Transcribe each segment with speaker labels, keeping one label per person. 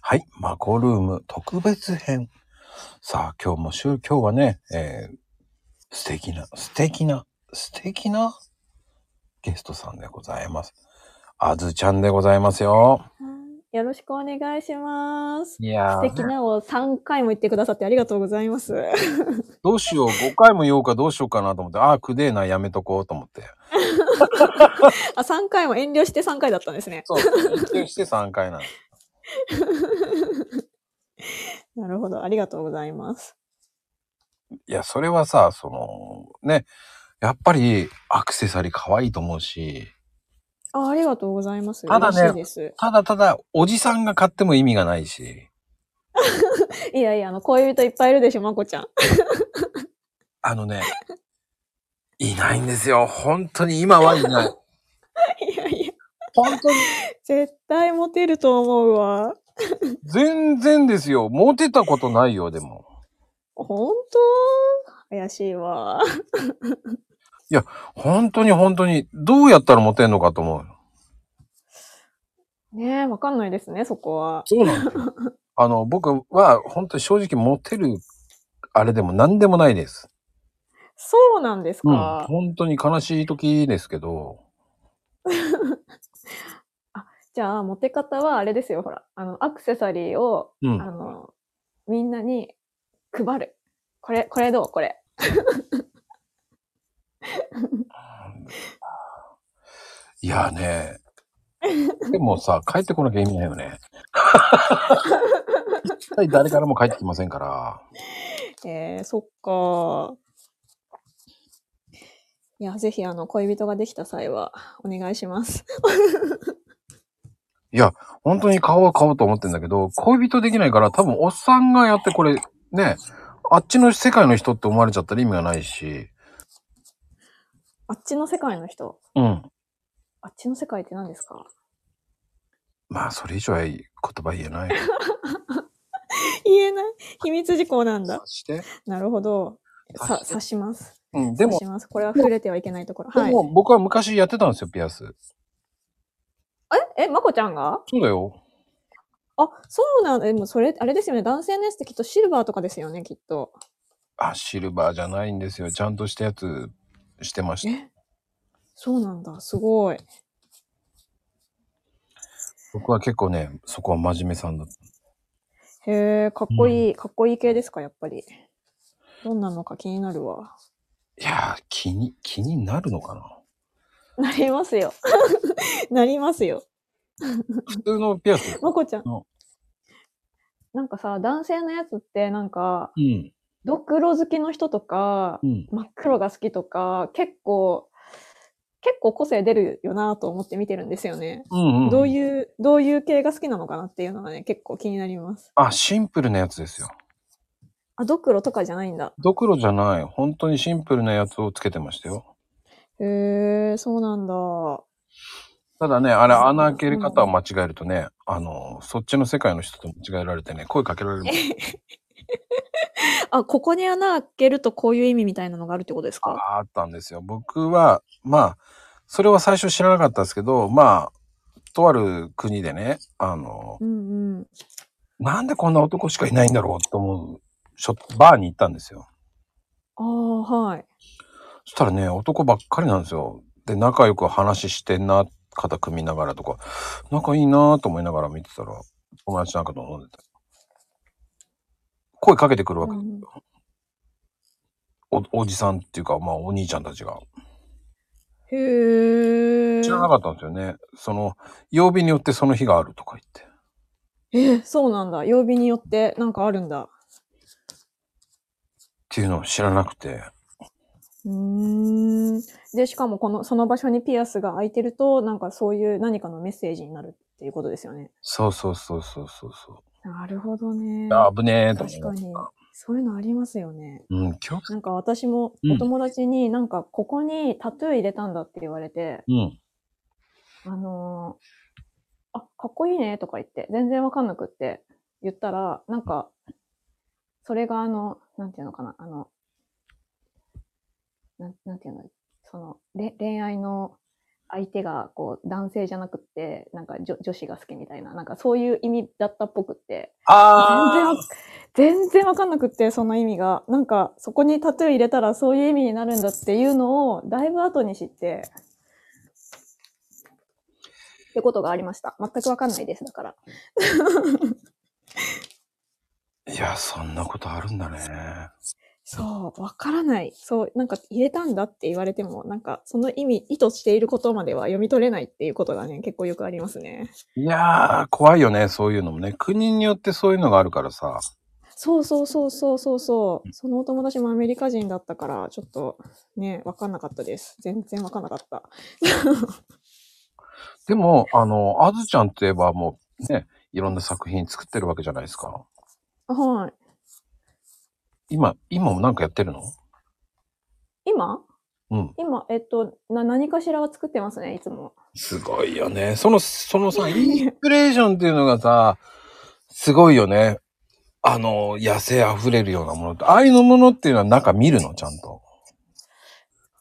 Speaker 1: はい。マコルーム特別編。さあ、今日も週、今日はね、えー、素敵な、素敵な、素敵なゲストさんでございます。あずちゃんでございますよ。
Speaker 2: よろしくお願いします。
Speaker 1: いや
Speaker 2: 素
Speaker 1: ー、
Speaker 2: 敵なを3回も言ってくださってありがとうございます。
Speaker 1: どうしよう、5回も言おうかどうしようかなと思って、ああ、くでえな、やめとこうと思って。
Speaker 2: あ、3回も遠慮して3回だったんですね。
Speaker 1: そう、一休して3回なんです。
Speaker 2: なるほど。ありがとうございます。
Speaker 1: いや、それはさ、その、ね、やっぱりアクセサリー可愛いと思うし、
Speaker 2: あ、ありがとうございます。
Speaker 1: ただね
Speaker 2: 嬉しいです。
Speaker 1: ただただおじさんが買っても意味がないし、
Speaker 2: いやいや、あの、恋人いっぱいいるでしょ、まこちゃん。
Speaker 1: あのね、いないんですよ。本当に今はいない。
Speaker 2: いやいや、
Speaker 1: 本当に
Speaker 2: 絶対モテると思うわ。
Speaker 1: 全然ですよ。モテたことないよ、でも。
Speaker 2: 本当怪しいわ。
Speaker 1: 本当に本当に、どうやったらモテんのかと思う。
Speaker 2: ねえ、わかんないですね、そこは。
Speaker 1: そうなんですよ。あの、僕は本当に正直モテる、あれでも何でもないです。
Speaker 2: そうなんです
Speaker 1: うん。
Speaker 2: か。
Speaker 1: 本当に悲しい時ですけど、
Speaker 2: じゃあ、モテ方はあれですよ、ほら。あの、アクセサリーを、
Speaker 1: う
Speaker 2: あ
Speaker 1: ん。
Speaker 2: の、みんなに配る。これ、これどうこれ。
Speaker 1: いやね、でもさ、帰ってこなきゃ意味ないよ ね。一体誰からも帰ってきませんから。
Speaker 2: えー、そっか。いや、ぜひ、あの、恋人ができた際は、お願いします。
Speaker 1: 本当に顔は買おうと思ってんだけど、恋人できないから多分おっさんがやってこれ、ね、あっちの世界の人って思われちゃったら意味がないし。
Speaker 2: あっちの世界の人。
Speaker 1: うん。
Speaker 2: あっちの世界って何ですか
Speaker 1: まあ、それ以上は言葉言えない。
Speaker 2: 言えない。秘密事項なん だ
Speaker 1: 察。して。
Speaker 2: なるほど。さ
Speaker 1: 察、して
Speaker 2: 刺します。
Speaker 1: うん。で
Speaker 2: 刺
Speaker 1: も
Speaker 2: し、ます。これは触れてはいけないところ。は
Speaker 1: で
Speaker 2: い。
Speaker 1: も僕は昔やってたんですよ、ピアス。
Speaker 2: え、え、まこちゃんが
Speaker 1: そうだよ。
Speaker 2: あ、そうなんだ。でもそれ、あれですよね。男性のやつってきっとシルバーとかですよね、きっと。
Speaker 1: あ、シルバーじゃないんですよ。ちゃんとしたやつしてました。
Speaker 2: えそうなんだ。すごい。
Speaker 1: 僕は結構ね、そこは真面目さんだった。
Speaker 2: へえ、かっこいい、かっこいい系ですか、やっぱり。どんなのか気になるわ。
Speaker 1: いやー、気に、気になるのかな
Speaker 2: なりますよ。 なりますよ。
Speaker 1: 普通のピアス。
Speaker 2: まこちゃん
Speaker 1: うん。
Speaker 2: なんかさ、男性のやつって、なんか、
Speaker 1: うん。
Speaker 2: ドクロ好きの人とか
Speaker 1: う、ん。
Speaker 2: 真っ黒が好きとか、結構、結構個性出るよなと思って見てるんですよね。
Speaker 1: うん、うん。
Speaker 2: どう
Speaker 1: う
Speaker 2: いう、どういう系が好きなのかなっていうのがね、結構気になります。
Speaker 1: あ、シンプルなやつですよ。
Speaker 2: あ、ドクロとかじゃないんだ。
Speaker 1: ドクロじゃない。本当にシンプルなやつをつけてましたよ。
Speaker 2: へえ、そうなんだ。
Speaker 1: ただね、あれ、穴開ける方を間違えるとね、あの、そっちの世界の人と間違えられてね、声かけられる。
Speaker 2: あ、ここに穴開けるとこういう意味みたいなのがあるってことですか
Speaker 1: あったんですよ。僕は、まあ、それは最初知らなかったですけど、まあ、とある国でね、あの、
Speaker 2: うんうん。
Speaker 1: なんでこんな男しかいないんだろうと思う、ショッバーに行ったんですよ。
Speaker 2: ああ、はい。
Speaker 1: そしたらね、男ばっかりなんですよ。で、仲良く話してんな、肩組みながらとか、仲いいなと思いながら見てたら、友達なんかと飲んでて。声かけてくるわけ。
Speaker 2: うん
Speaker 1: おおじさんっていうか、まあ、お兄ちゃんたちが。
Speaker 2: へえ。
Speaker 1: 知らなかったんですよね。その、曜日によってその日があるとか言って。
Speaker 2: え、そうなんだ。曜日によってなんかあるんだ。
Speaker 1: っていうのを知らなくて。
Speaker 2: うーん。で、しかもこの、その場所にピアスが開いてると、なんかそういう何かのメッセージになるっていうことですよね。
Speaker 1: そうそうそうそうそうそ
Speaker 2: なるほどね
Speaker 1: う。。あぶねえと
Speaker 2: 確か
Speaker 1: 思う。
Speaker 2: に。そういうのありますよね。
Speaker 1: うん、気をつ
Speaker 2: なんか私も
Speaker 1: うん
Speaker 2: お友達になんかここにタトゥー入れたんだって言われて、
Speaker 1: うん。
Speaker 2: あのーあ、かっこいいねとか言って、全然わかんなくって言ったら、なんか、それがあの、なんていうのかな、あの、なんなんていうの、その、れ恋愛の相手がこう男性じゃなくって、なんか女女子が好きみたいな、なんかそういう意味だったっぽくって、全然
Speaker 1: あ
Speaker 2: わ
Speaker 1: あ
Speaker 2: 全然わかんなくって、その意味が。なんかそこにタトゥー入れたらそういう意味になるんだっていうのを、だいぶ後に知って、ってことがありました。全くわかんないです、だから。
Speaker 1: いや、そんなことあるんだね。
Speaker 2: そう、わからない。そう、なんか入れたんだって言われても、なんかその意味、意図していることまでは読み取れないっていうことがね、結構よくありますね。
Speaker 1: いやー、怖いよね、そういうのもね。国によってそういうのがあるからさ。
Speaker 2: そうそうそうそうそうそう。そのお友達もアメリカ人だったから、ちょっとね、わかんなかったです。全然わかんなかった。
Speaker 1: でも、あの、あずちゃんといえばもうね、いろんな作品作ってるわけじゃないですか。
Speaker 2: はい。
Speaker 1: 今、今もなんかやってるの
Speaker 2: 今
Speaker 1: うん。
Speaker 2: 今、えっと、な、何かしらは作ってますね、いつも。
Speaker 1: すごいよね。その、そのさ、インスピレーションっていうのがさ、すごいよね。あの、野生溢れるようなものって。ああいうのものっていうのは中見るの、ちゃんと。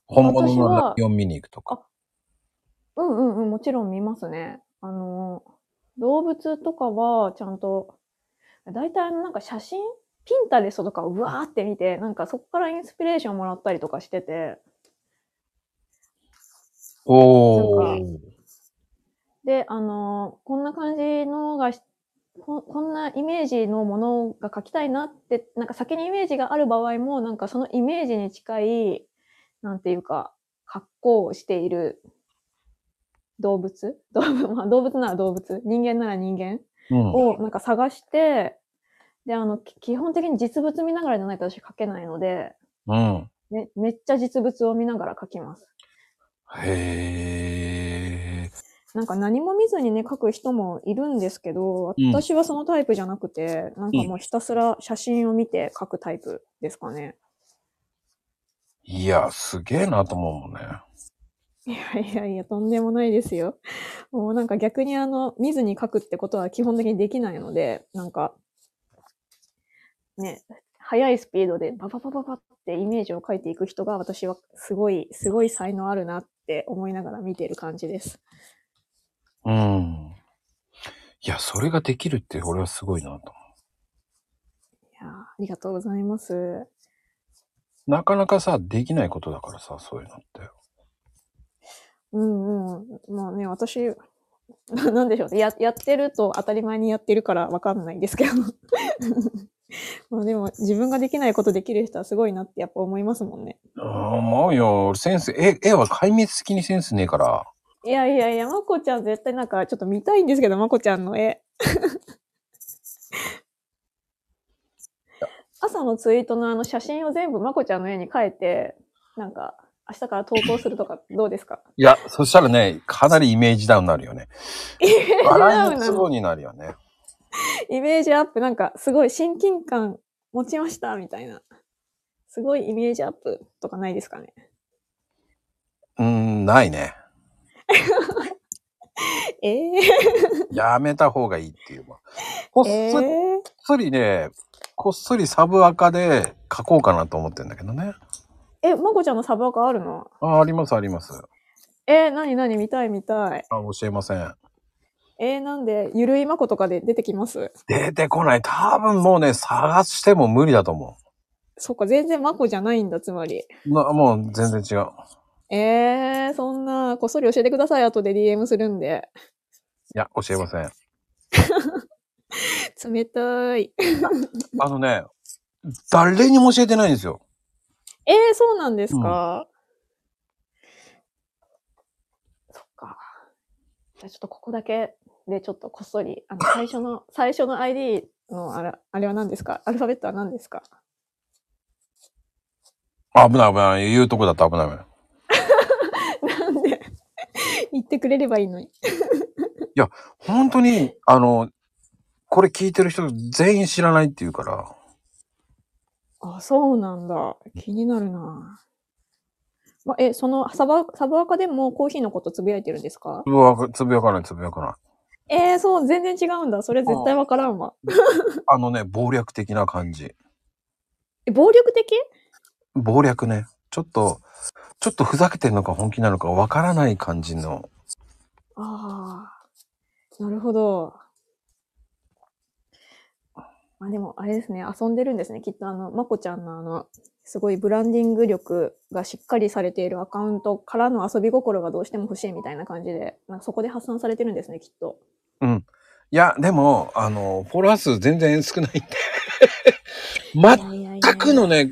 Speaker 1: 本物
Speaker 2: 私
Speaker 1: の
Speaker 2: は
Speaker 1: ライオン見に行くとか。
Speaker 2: うんうんうん、もちろん見ますね。あの、動物とかはちゃんと、大体あのなんか写真ピンタレストとかをうわーって見て、なんかそこからインスピレーションもらったりとかしてて、
Speaker 1: お
Speaker 2: な
Speaker 1: ー
Speaker 2: ん。で、あの、こんな感じのがしこ、こんなイメージのものが描きたいなって、なんか先にイメージがある場合も、なんかそのイメージに近い、なんていうか、格好をしている動物動物、まあ動物なら動物、人間なら人間
Speaker 1: うん。
Speaker 2: をなんか探して、で、あの、き基本的に実物見ながらじゃないと私書けないので、
Speaker 1: うん。
Speaker 2: めめっちゃ実物を見ながら書きます。
Speaker 1: へえ。
Speaker 2: なんか何も見ずにね、書く人もいるんですけど、
Speaker 1: うん
Speaker 2: 私はそのタイプじゃなくて、なんかもうひたすら写真を見て書くタイプですかね。
Speaker 1: いや、すげえなと思うもんね。
Speaker 2: いやいやいや、とんでもないですよ。もうなんか逆にあの、見ずに書くってことは基本的にできないので、なんか、ね、速いスピードでバババババってイメージを書いていく人が私はすごい、すごい才能あるなって思いながら見てる感じです。
Speaker 1: うん。いや、それができるって俺はすごいなと思
Speaker 2: いやーありがとうございます。
Speaker 1: う。なかなかさ、できないことだからさ、そういうのって。
Speaker 2: うんうん。まあね、私、 ななんでしょうね。や、やってると当たり前にやってるからわかんないんですけど。 まあでも、自分ができないことできる人はすごいなってやっぱ思いますもんね。
Speaker 1: ああ、もうよ、俺センス、絵、絵は壊滅的にセンスねえから。
Speaker 2: いやいやいや、まこちゃん絶対なんかちょっと見たいんですけど、まこちゃんの 絵。朝のツイートのあの写真を全部まこちゃんの絵に変えて、なんか明日から投稿するとかどうですか
Speaker 1: いや、そしたらね、かなりイメージダウンになるよね。
Speaker 2: イメージア
Speaker 1: 笑い
Speaker 2: ップ
Speaker 1: の
Speaker 2: な
Speaker 1: ツボ
Speaker 2: の。
Speaker 1: になるよね。
Speaker 2: イメージアップ、なんかすごい親近感持ちました、みたいな。すごいイメージアップとかないですかね。
Speaker 1: うーん、ないね。
Speaker 2: ええ
Speaker 1: やめた方がいいっていう。 こっ
Speaker 2: え
Speaker 1: そ
Speaker 2: え
Speaker 1: り、こっそりね、こっそりサブアカで書こうかなと思ってんだけどね。
Speaker 2: え、まこちゃんのサブアカあるの
Speaker 1: あ、ありますあります。
Speaker 2: えー、なになに見たい見たい。
Speaker 1: あ、教えません。
Speaker 2: えー、なんで、ゆるいまことかで出てきます
Speaker 1: 出てこない。多分もうね、探しても無理だと思
Speaker 2: そっか、全然まこじゃないんだ、つまり。
Speaker 1: う。な、もう全然違う。
Speaker 2: えー、そんな、こっそり教えてください、後で DM するんで。
Speaker 1: いや、教えません。
Speaker 2: 冷たい。
Speaker 1: あのね、誰にも教えてないんですよ。
Speaker 2: えー、そうなんですか、そっか。じゃあちょっとここだけでちょっとこっそり、あの、最初の、 最初の ID のあれ、あれは何ですかアルファベットは何ですか
Speaker 1: 危ない危ない。言うとこだった危ない危ない。
Speaker 2: なんで言ってくれればいいのに。
Speaker 1: 本当に、あの、これ聞いてる人全員知らないって言うから。
Speaker 2: あ、そうなんだ。気になるな。ま、え、そのサバ、サブアカでもコーヒーのことつぶやいてるんですか
Speaker 1: つぶやかつぶやかない、つぶやかな
Speaker 2: えー、そう、全然違うんだ。それ絶対わからんわ。
Speaker 1: い。あのね、謀略的な感じ。
Speaker 2: え、暴力的
Speaker 1: 謀略ね。ちょっと、ちょっとふざけてんのか本気なのかわからない感じの、
Speaker 2: ああ、なるほど。まあでも、あれですね、遊んでるんですね。きっとあの、まこちゃんのあの、すごいブランディング力がしっかりされているアカウントからの遊び心がどうしても欲しいみたいな感じで、なんかそこで発散されてるんですね、きっと。
Speaker 1: うん。いや、でも、あの、フォロワー数全然少ないんで。 全
Speaker 2: いやいやいや
Speaker 1: くのね、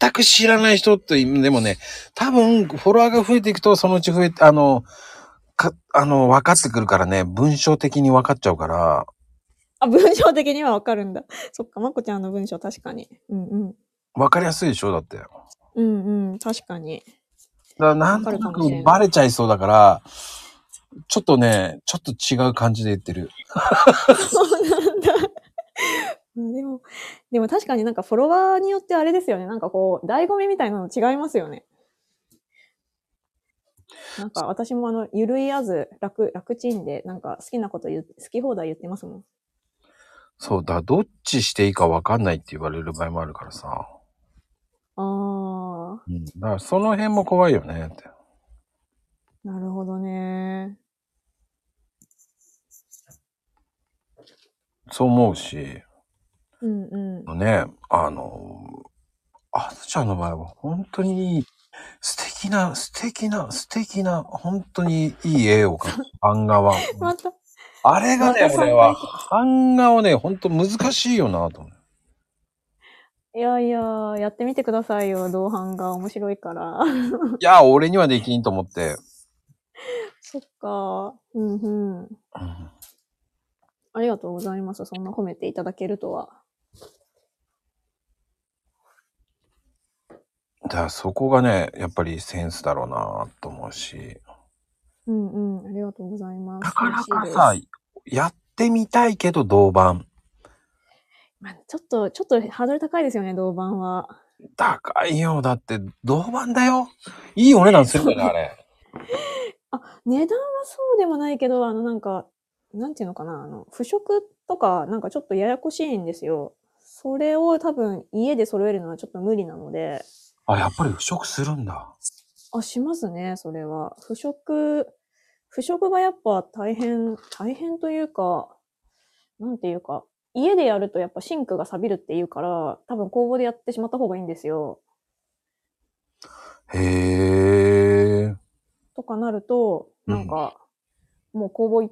Speaker 1: 全く知らない人って、でもね、多分、フォロワーが増えていくと、そのうち増えて、あの、か、あの、分かってくるからね、文章的に分かっちゃうから、
Speaker 2: あ、文章的にはわかるんだ。そっか、まこちゃんの文章確かに。うんうん。
Speaker 1: 分かりやすいでしょだって。だか
Speaker 2: うんうん、確かに。
Speaker 1: らなんとな
Speaker 2: わかるかもしれ
Speaker 1: く
Speaker 2: ない
Speaker 1: バレちゃいそうだから、ちょっとね、ちょっと違う感じで言ってる。
Speaker 2: そうなんだ。 うんでも、でも確かになんかフォロワーによってあれですよね。なんかこう、醍醐味みたいなの違いますよね。なんか私もあの、ゆるいあず、楽、楽ちんで、なんか好きなこと言う、好き放題言ってますもん。
Speaker 1: そうだ、どっちしていいか分かんないって言われる場合もあるからさ。
Speaker 2: あ
Speaker 1: うん、だからその辺も怖いよねって。
Speaker 2: ー、なるほどね。
Speaker 1: そう思うし、
Speaker 2: うんうん。
Speaker 1: ね、あの、あずちゃんの場合は本当に素敵な、素敵な、素敵な、本当にいい絵を描く漫画は。
Speaker 2: また、
Speaker 1: あれがね、
Speaker 2: また
Speaker 1: 俺は、版画をね、本当難しいよなと思う。
Speaker 2: いやいや、やってみてくださいよ。同伴が面白いから。
Speaker 1: いや、俺にはできんと思って。
Speaker 2: そっか。うんうん。
Speaker 1: うん
Speaker 2: ありがとうございます。そんな褒めていただけるとは。
Speaker 1: だからそこがね、やっぱりセンスだろうなと思うし。
Speaker 2: うんうん、ありがとうございます。
Speaker 1: なかな
Speaker 2: 嬉
Speaker 1: か
Speaker 2: しいです
Speaker 1: さ、やってみたいけど銅板。
Speaker 2: まあ、ちょっと、ちょっとハードル高いですよね、銅板は。
Speaker 1: 高いよ。だって銅板だよ。いいお値段するよね、あれ。
Speaker 2: 値段はそうでもないけど、あの、なんか、なんていうのかな、あの、腐食とか、なんかちょっとややこしいんですよ。それを多分家で揃えるのはちょっと無理なので、
Speaker 1: あ、やっぱり腐食するんだ。
Speaker 2: あ、しますね、それは。腐食、腐食がやっぱ大変、大変というか、なんていうか、家でやるとやっぱシンクが錆びるっていうから、多分工房でやってしまった方がいいんですよ。
Speaker 1: へえ。
Speaker 2: とかなると、
Speaker 1: うん
Speaker 2: なんか、もう工房い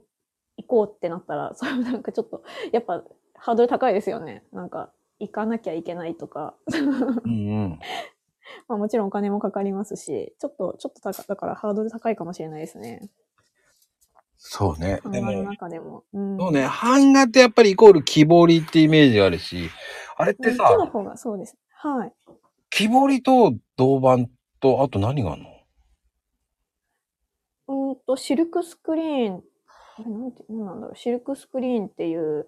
Speaker 2: 行こうってなったら、そ れなんかちょっと、やっぱハードル高いですよね。なんか、行かなきゃいけないとか、
Speaker 1: うんうん。
Speaker 2: まあもちろんお金もかかりますし、ちょっと、ちょっと高、だからハードル高いかもしれないですね。
Speaker 1: そうね。
Speaker 2: 考
Speaker 1: で
Speaker 2: えの
Speaker 1: も、
Speaker 2: 中でも。うん。
Speaker 1: そうね、版画ってやっぱりイコール木彫りってイメージがあるし、あれっ
Speaker 2: う
Speaker 1: て
Speaker 2: ん。木の
Speaker 1: さ、
Speaker 2: 方がそうです。はい。
Speaker 1: 木彫りと銅板と、あと何があるの
Speaker 2: うーんと、シルクスクリーン、あれなんて、なんなんだろう、シルクスクリーンっていう、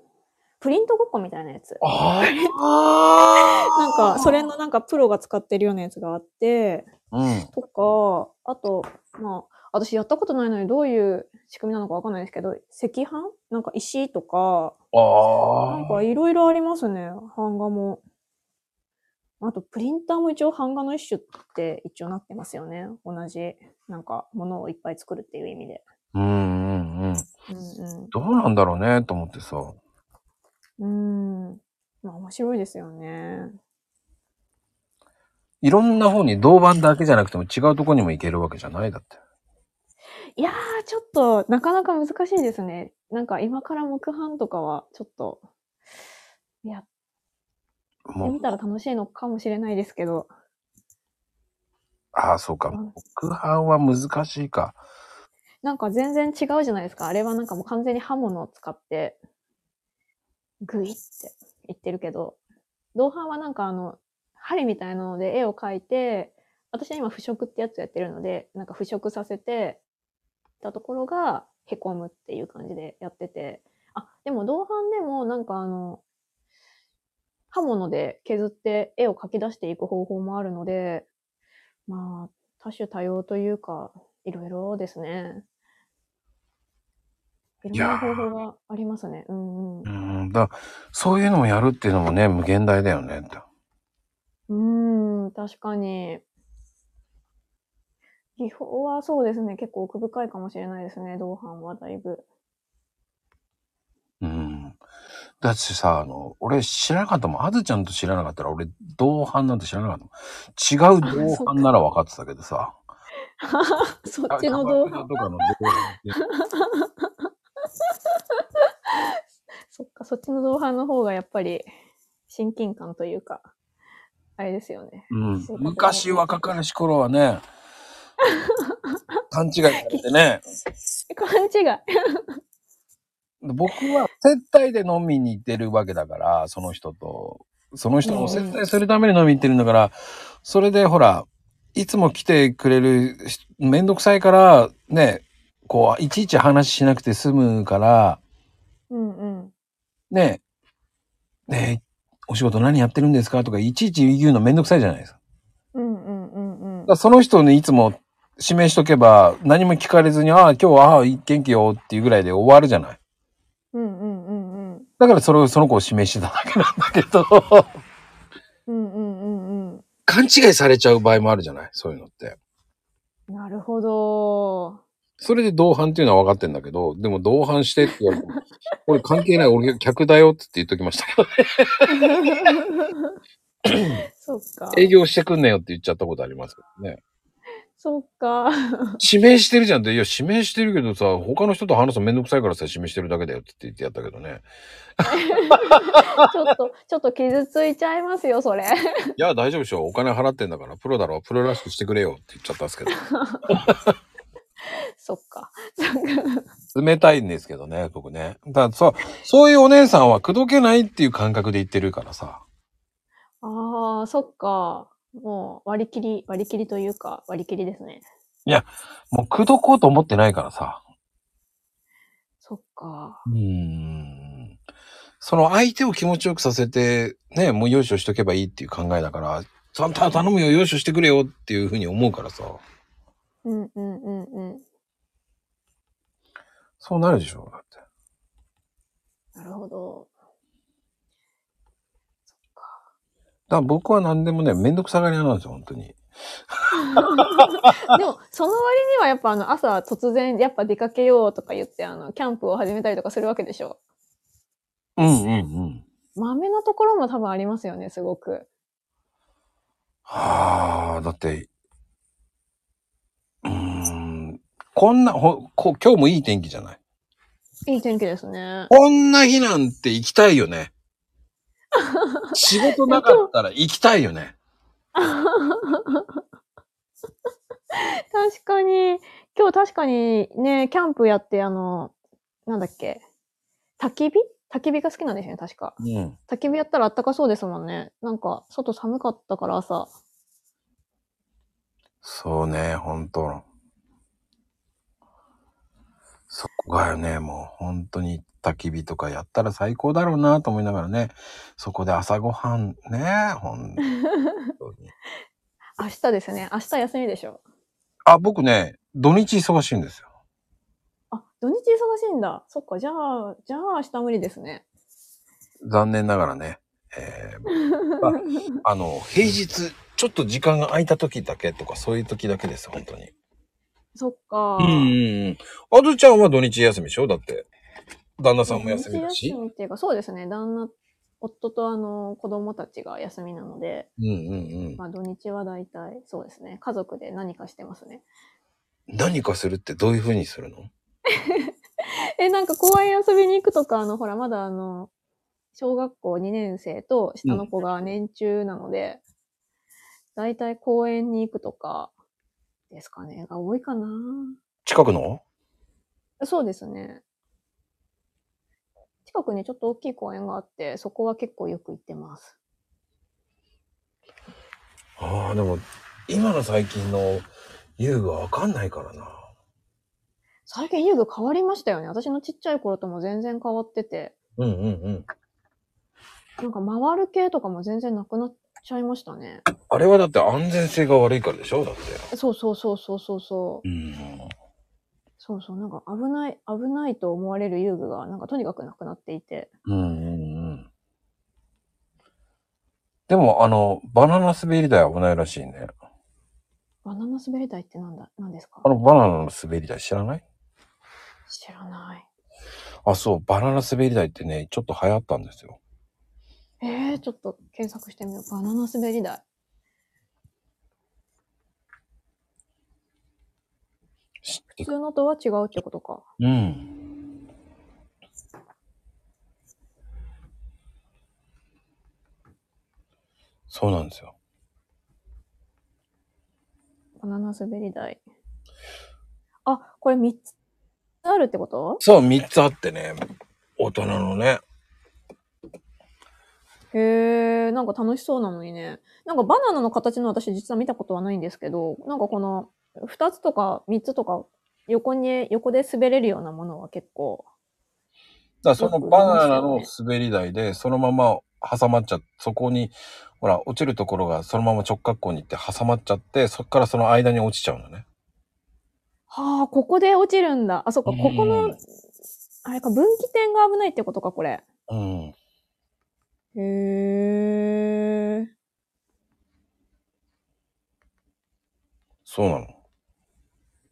Speaker 2: プリントごっこみたいなやつ。
Speaker 1: ああ
Speaker 2: なんか、それのなんかプロが使ってるようなやつがあって、
Speaker 1: うん。
Speaker 2: とか、あと、まあ、私やったことないのにどういう仕組みなのかわかんないですけど、赤飯なんか石とか、
Speaker 1: あ
Speaker 2: なん
Speaker 1: あ。
Speaker 2: かいろいろありますね、版画も。あと、プリンターも一応版画の一種って一応なってますよね。同じ、なんか、ものをいっぱい作るっていう意味で。
Speaker 1: うんうんうん。
Speaker 2: うん
Speaker 1: どうなんだろうね、と思ってさ。
Speaker 2: うん。うん。まあ、面白いですよね。
Speaker 1: いろんな方に銅板だけじゃなくても違うとこにも行けるわけじゃないだって。
Speaker 2: いやー、ちょっと、なかなか難しいですね。なんか、今から木版とかは、ちょっと、やっやって
Speaker 1: もう
Speaker 2: み、たら楽しいのかもしれないですけど。
Speaker 1: ああ、そうか。木版は難しいか。
Speaker 2: なんか全然違うじゃないですか。あれはなんかもう完全に刃物を使って、グイって言ってるけど、銅版はなんかあの、針みたいなので絵を描いて、私は今腐食ってやつやってるので、なんか腐食させて、たところが凹むっていう感じでやってて。あ、でも銅版でもなんかあの、刃物で削って絵を描き出していく方法もあるので、まあ、多種多様というか、いろいろですね。いろんな方法がありますね。うんうん
Speaker 1: う。ん、だそういうのもやるっていうのもね、無限大だよねって。
Speaker 2: うーん、確かに。技法はそうですね、結構奥深いかもしれないですね、同伴はだいぶ。
Speaker 1: うん。だってさ、あの、俺知らなかったもん。あずちゃんと知らなかったら、俺、同伴なんて知らなかったもん。違う同伴なら分かってたけどさ。
Speaker 2: そっちの同
Speaker 1: あ鎌
Speaker 2: 伴。
Speaker 1: 倉とかの同伴って
Speaker 2: そっか、そっちの同伴の方がやっぱり親近感というか、あれですよね。
Speaker 1: うん
Speaker 2: そういうことね
Speaker 1: 昔若かりし頃はね、勘違いされてね、
Speaker 2: 勘違い。
Speaker 1: 僕は接待で飲みに行ってるわけだから、その人と、その人を接待するために飲みに行ってるんだから、それでほら、いつも来てくれる人、めんどくさいから、ね、こう、いちいち話しなくて済むから、
Speaker 2: うんうん。
Speaker 1: ね、ね、お仕事何やってるんですかとか、いちいち言うのめんどくさいじゃないですか。
Speaker 2: うんうんうんうん
Speaker 1: だか。らその人にいつも指名しとけば何も聞かれずに、ああ、今日はああ元気よっていうぐらいで終わるじゃない。
Speaker 2: うんうんうんうん。
Speaker 1: だからそれをその子を指名してただけなんだけど、
Speaker 2: うんうんうんうん。
Speaker 1: 勘違いされちゃう場合もあるじゃないそういうのって。
Speaker 2: なるほど。
Speaker 1: それで同伴っていうのは分かってんだけど、でも同伴してって言われても、 俺関係ない、俺客だよって言っときましたけど、
Speaker 2: そっか。
Speaker 1: 営業してくんねよって言っちゃったことありますけどね。
Speaker 2: そっか。
Speaker 1: 指名してるじゃんって、いや、指名してるけどさ、他の人と話すのめんどくさいからさ、指名してるだけだよって言ってやったけどね。
Speaker 2: ちょっと、ちょっと傷ついちゃいますよ、それ。
Speaker 1: いや、大丈夫でしょ。お金払ってんだから、プロだろ、プロらしくしてくれよって言っちゃったんですけど。
Speaker 2: そっか。そっか
Speaker 1: 冷たいんですけどね、僕ね。だからそう、そういうお姉さんは口説けないっていう感覚で言ってるからさ。
Speaker 2: ああ、そっか。もう割り切り、割り切りというか、割り切りですね。
Speaker 1: もう口説こうと思ってないからさ。
Speaker 2: そっか。
Speaker 1: うーん。その相手を気持ちよくさせて、ね、もう容赦しとけばいいっていう考えだから、ちゃんと頼むよ、容赦してくれよっていうふうに思うからさ。
Speaker 2: うんうんうんうん。
Speaker 1: そうなるでしょ、だって。
Speaker 2: なるほど。そっか。
Speaker 1: だから僕は何でもね、めんどくさがり屋なんですよ、本当に。
Speaker 2: でも、その割にはやっぱあの朝突然やっぱ出かけようとか言ってあの、キャンプを始めたりとかするわけでしょ。
Speaker 1: うんうんうん。
Speaker 2: 豆のところも多分ありますよね、すごく。
Speaker 1: はあ、だって、うーん、こんな、ほこ今日もいい天気じゃない
Speaker 2: いい天気ですね。
Speaker 1: こんな日なんて行きたいよ ね。仕事なかったら行きたいよね。
Speaker 2: 確かに、今日確かにね、キャンプやって、あの、なんだっけ、焚き火焚き火が好きなんですよね、確か。
Speaker 1: うん。
Speaker 2: 焚き火やったらあったかそうですもんね。なんか、外寒かったから朝。
Speaker 1: そうね、本当そこがよね、もう本当に焚き火とかやったら最高だろうなと思いながらね、そこで朝ごはんね、本当 に。
Speaker 2: 明日ですね。明日休みでしょ。
Speaker 1: あ、僕ね、土日忙しいんですよ。
Speaker 2: あ、土日忙しいんだ。そっか、じゃあ、じゃあ明日無理ですね。
Speaker 1: 残念ながらね、え ーああの、平日、ちょっと時間が空いた時だけとか、そういう時だけです、本当に。
Speaker 2: そっか。
Speaker 1: うん。あずちゃんは土日休みでしょだって。旦那さんも休みだ
Speaker 2: 土日
Speaker 1: し
Speaker 2: 休。みっていうか、そうですね。旦那、夫とあの、子供たちが休みなので、
Speaker 1: うんうんうん。
Speaker 2: まあ土日は大体、そうですね。家族で何かしてますね。
Speaker 1: 何かするってどういう風にするの
Speaker 2: え、なんか公園遊びに行くとか、あの、ほら、まだあの、小学校2年生と下の子が年中なので、だいたい公園に行くとか、ですかね、が多いかな。
Speaker 1: 近くの
Speaker 2: そうですね。近くにちょっと大きい公園があって、そこは結構よく行ってます。
Speaker 1: ああ、でも、今の最近の優がわかんないからな。
Speaker 2: 最近遊具変わりましたよね。私のちっちゃい頃とも全然変わってて、
Speaker 1: うんうんうん。
Speaker 2: なんか回る系とかも全然なくなっちゃいましたね。
Speaker 1: あれはだって安全性が悪いからでしょだって。
Speaker 2: そうそうそうそうそうそう。
Speaker 1: うん。
Speaker 2: そうそう、なんか危ない、危ないと思われる遊具が、なんかとにかくなくなっていて。
Speaker 1: うんうんうん。でも、あの、バナナ滑り台危ないらしいね。
Speaker 2: バナナ滑り台ってなんだ、なんですか
Speaker 1: あの、バナナの滑り台知らない
Speaker 2: 知らない。
Speaker 1: あ、そう、バナナ滑り台ってね、ちょっと流行ったんですよ。
Speaker 2: えー、ちょっと検索してみよう。バナナ滑り台。
Speaker 1: 知って
Speaker 2: 普通のとは違うってことか。
Speaker 1: うん。そうなんですよ。
Speaker 2: バナナ滑り台。あ、これ3つあるってこと
Speaker 1: そう、3つあってね、大人のね。
Speaker 2: へえ、なんか楽しそうなのにね。なんかバナナの形の私実は見たことはないんですけど、なんかこの2つとか3つとか横に、横で滑れるようなものは結構。
Speaker 1: だからそのバナナの滑り台で、そのまま挟まっちゃって、そこに、ほら、落ちるところがそのまま直角行に行って挟まっちゃって、そっからその間に落ちちゃうのね。
Speaker 2: はあ、ここで落ちるんだ。あ、そっか、
Speaker 1: うん
Speaker 2: ここの、あれか、分岐点が危ないってことか、これ。
Speaker 1: うん。
Speaker 2: へえ。
Speaker 1: そうなの。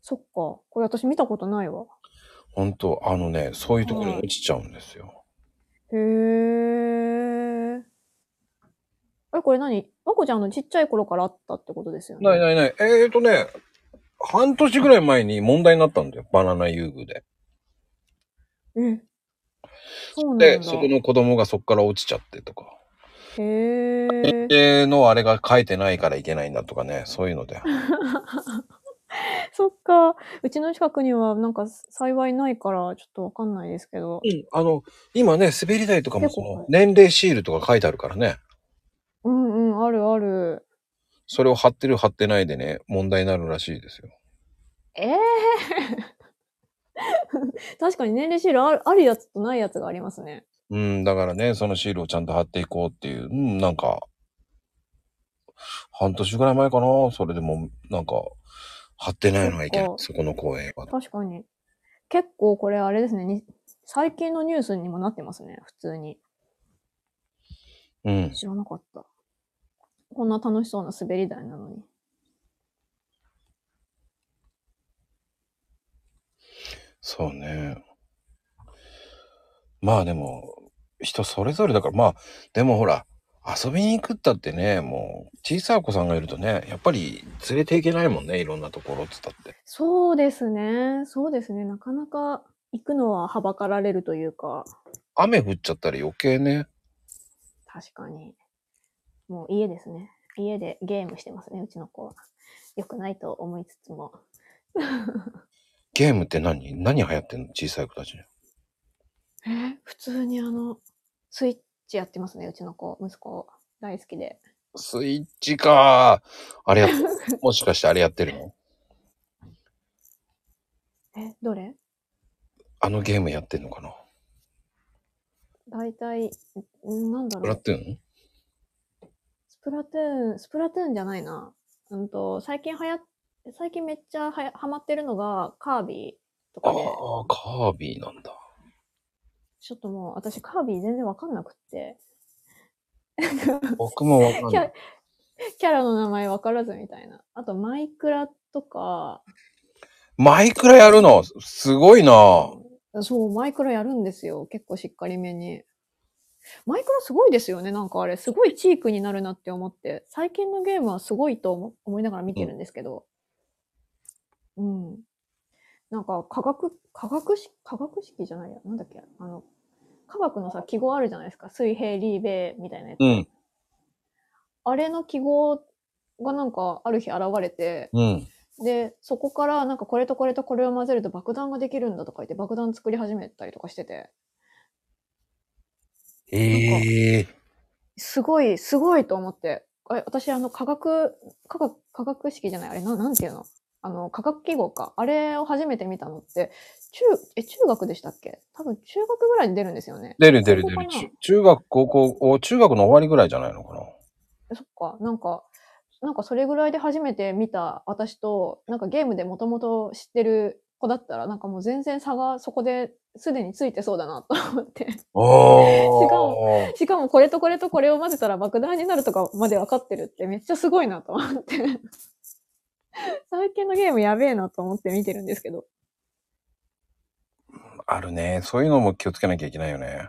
Speaker 2: そっか。これ私見たことないわ。
Speaker 1: 本当あのね、そういうところに落ちちゃうんですよ。
Speaker 2: へえ。え、これ何まこちゃんのちっちゃい頃からあったってことですよね。
Speaker 1: ないないない。えーとね、半年ぐらい前に問題になったんだよ。バナナ遊具で。
Speaker 2: え。そうなんだ。
Speaker 1: で、そこの子供がそこから落ちちゃってとか。
Speaker 2: へえ。
Speaker 1: で、のあれが書いてないからいけないんだとかね、そういうので。
Speaker 2: そっか。うちの近くにはなんか幸いないからちょっとわかんないですけど。
Speaker 1: うん、あの、今ね、滑り台とかもそ
Speaker 2: 結構は
Speaker 1: の
Speaker 2: い
Speaker 1: 年齢シールとか書いてあるからね。
Speaker 2: うんうん、あるある。
Speaker 1: それを貼ってる貼ってないでね、問題になるらしいですよ。
Speaker 2: ええ 確かに年齢シールあるあるやつとないやつがありますね。
Speaker 1: うん、だからね、そのシールをちゃんと貼っていこうっていう、うん、なんか、半年ぐらい前かな、それでも、なんか、貼ってないのはいけない
Speaker 2: そっ、か
Speaker 1: そこの公園は。
Speaker 2: 確かに。結構これあれですね。に最近のニュースにもなってますね。普通に。
Speaker 1: うん。
Speaker 2: 知らなかった。こんな楽しそうな滑り台なのに。
Speaker 1: そうね。まあでも、人それぞれだから、まあ、でもほら、遊びに行くったってね、もう、小さいお子さんがいるとね、やっぱり連れていけないもんね、いろんなところって言ったって。
Speaker 2: そうですね。そうですね。なかなか行くのははばかられるというか、
Speaker 1: 雨降っちゃったら余計ね。
Speaker 2: 確かに。もう家ですね。家でゲームしてますね、うちの子は。良くないと思いつつも。
Speaker 1: ゲームって何何流行ってんの小さい子たちに。
Speaker 2: えー普通にあの、スイッチやってますね、うちの子、息子。大好きで。
Speaker 1: スイッチかあ れやっもしかしてあれやってるの
Speaker 2: え、どれ
Speaker 1: あのゲームやってんのかな
Speaker 2: 大体、んなんだ
Speaker 1: や
Speaker 2: ろ
Speaker 1: っ
Speaker 2: う。
Speaker 1: てんの
Speaker 2: スプラトゥーン、スプラトゥーンじゃないな。うんと、最近はや、最近めっちゃはやハマってるのが、カービィと
Speaker 1: あ
Speaker 2: かで。
Speaker 1: あ、カービィなんだ。
Speaker 2: ちょっともう、私、カービィ全然わかんなくって。
Speaker 1: 僕もわかん ない。
Speaker 2: キャラの名前わからずみたいな。あと、マイクラとか、
Speaker 1: マイクラやるのすごいな
Speaker 2: そう、マイクラやるんですよ。結構しっかりめに。マイクラすごいですよね。なんかあれ、すごいチークになるなって思って。最近のゲームはすごいと思思いながら見てるんですけど。うん。なんか、科学、科学式、科学式じゃないや。なんだっけあの、科学のさ、記号あるじゃないですか。水平、リーベーみたいなやつ。
Speaker 1: うん、
Speaker 2: あれの記号がなんかある日現れて、
Speaker 1: うん。
Speaker 2: で、そこからなんかこれとこれとこれを混ぜると爆弾ができるんだとか言って爆弾作り始めたりとかしてて、
Speaker 1: ええ
Speaker 2: すごい、すごいと思って、あれ私あの科学、科学、科学式じゃない、あれななんていうのあの、科学記号か。あれを初めて見たのって、中、え、中学でしたっけ多分中学ぐらいに出るんですよね。
Speaker 1: 出る出る出
Speaker 2: 高校か
Speaker 1: る。
Speaker 2: な
Speaker 1: ちゅ中学、高校、お中学の終わりぐらいじゃないのかな
Speaker 2: そっか、なんか、なんかそれぐらいで初めて見た私と、なんかゲームでもともと知ってる子だったら、なんかもう全然差がそこですでについてそうだなと思って。
Speaker 1: ああ。
Speaker 2: しかもこれとこれとこれを混ぜたら爆弾になるとかまで分かってるってめっちゃすごいなと思って。最近のゲームやべえなと思って見てるんですけど。
Speaker 1: あるね。そういうのも気をつけなきゃいけないよね。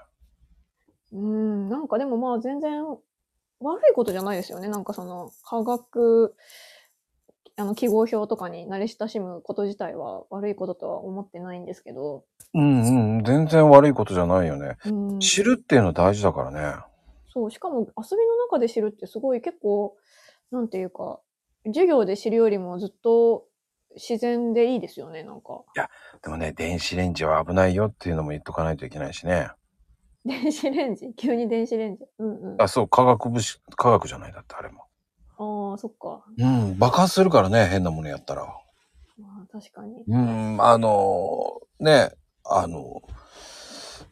Speaker 2: うーん、なんかでもまあ全然悪いことじゃないですよね。なんかその科学、あの記号表とかに慣れ親しむこと自体は悪いこととは思ってないんですけど。
Speaker 1: うんうん。全然悪いことじゃないよね。
Speaker 2: うーん
Speaker 1: 知るっていうの大事だからね。
Speaker 2: そう、しかも遊びの中で知るってすごい結構、なんていうか、授業で知るよりもずっと自然でいいですよね、なんか。
Speaker 1: でもね、電子レンジは危ないよっていうのも言っとかないといけないしね。
Speaker 2: 電子レンジ 急に電子レンジ。うんうん。あ
Speaker 1: あ、そう、化学物質、化学じゃないだってあれも。
Speaker 2: あー、そっか。
Speaker 1: うん、爆発するからね、変なものやったら。
Speaker 2: まあ、確かに。
Speaker 1: うん、あの、ね、あの、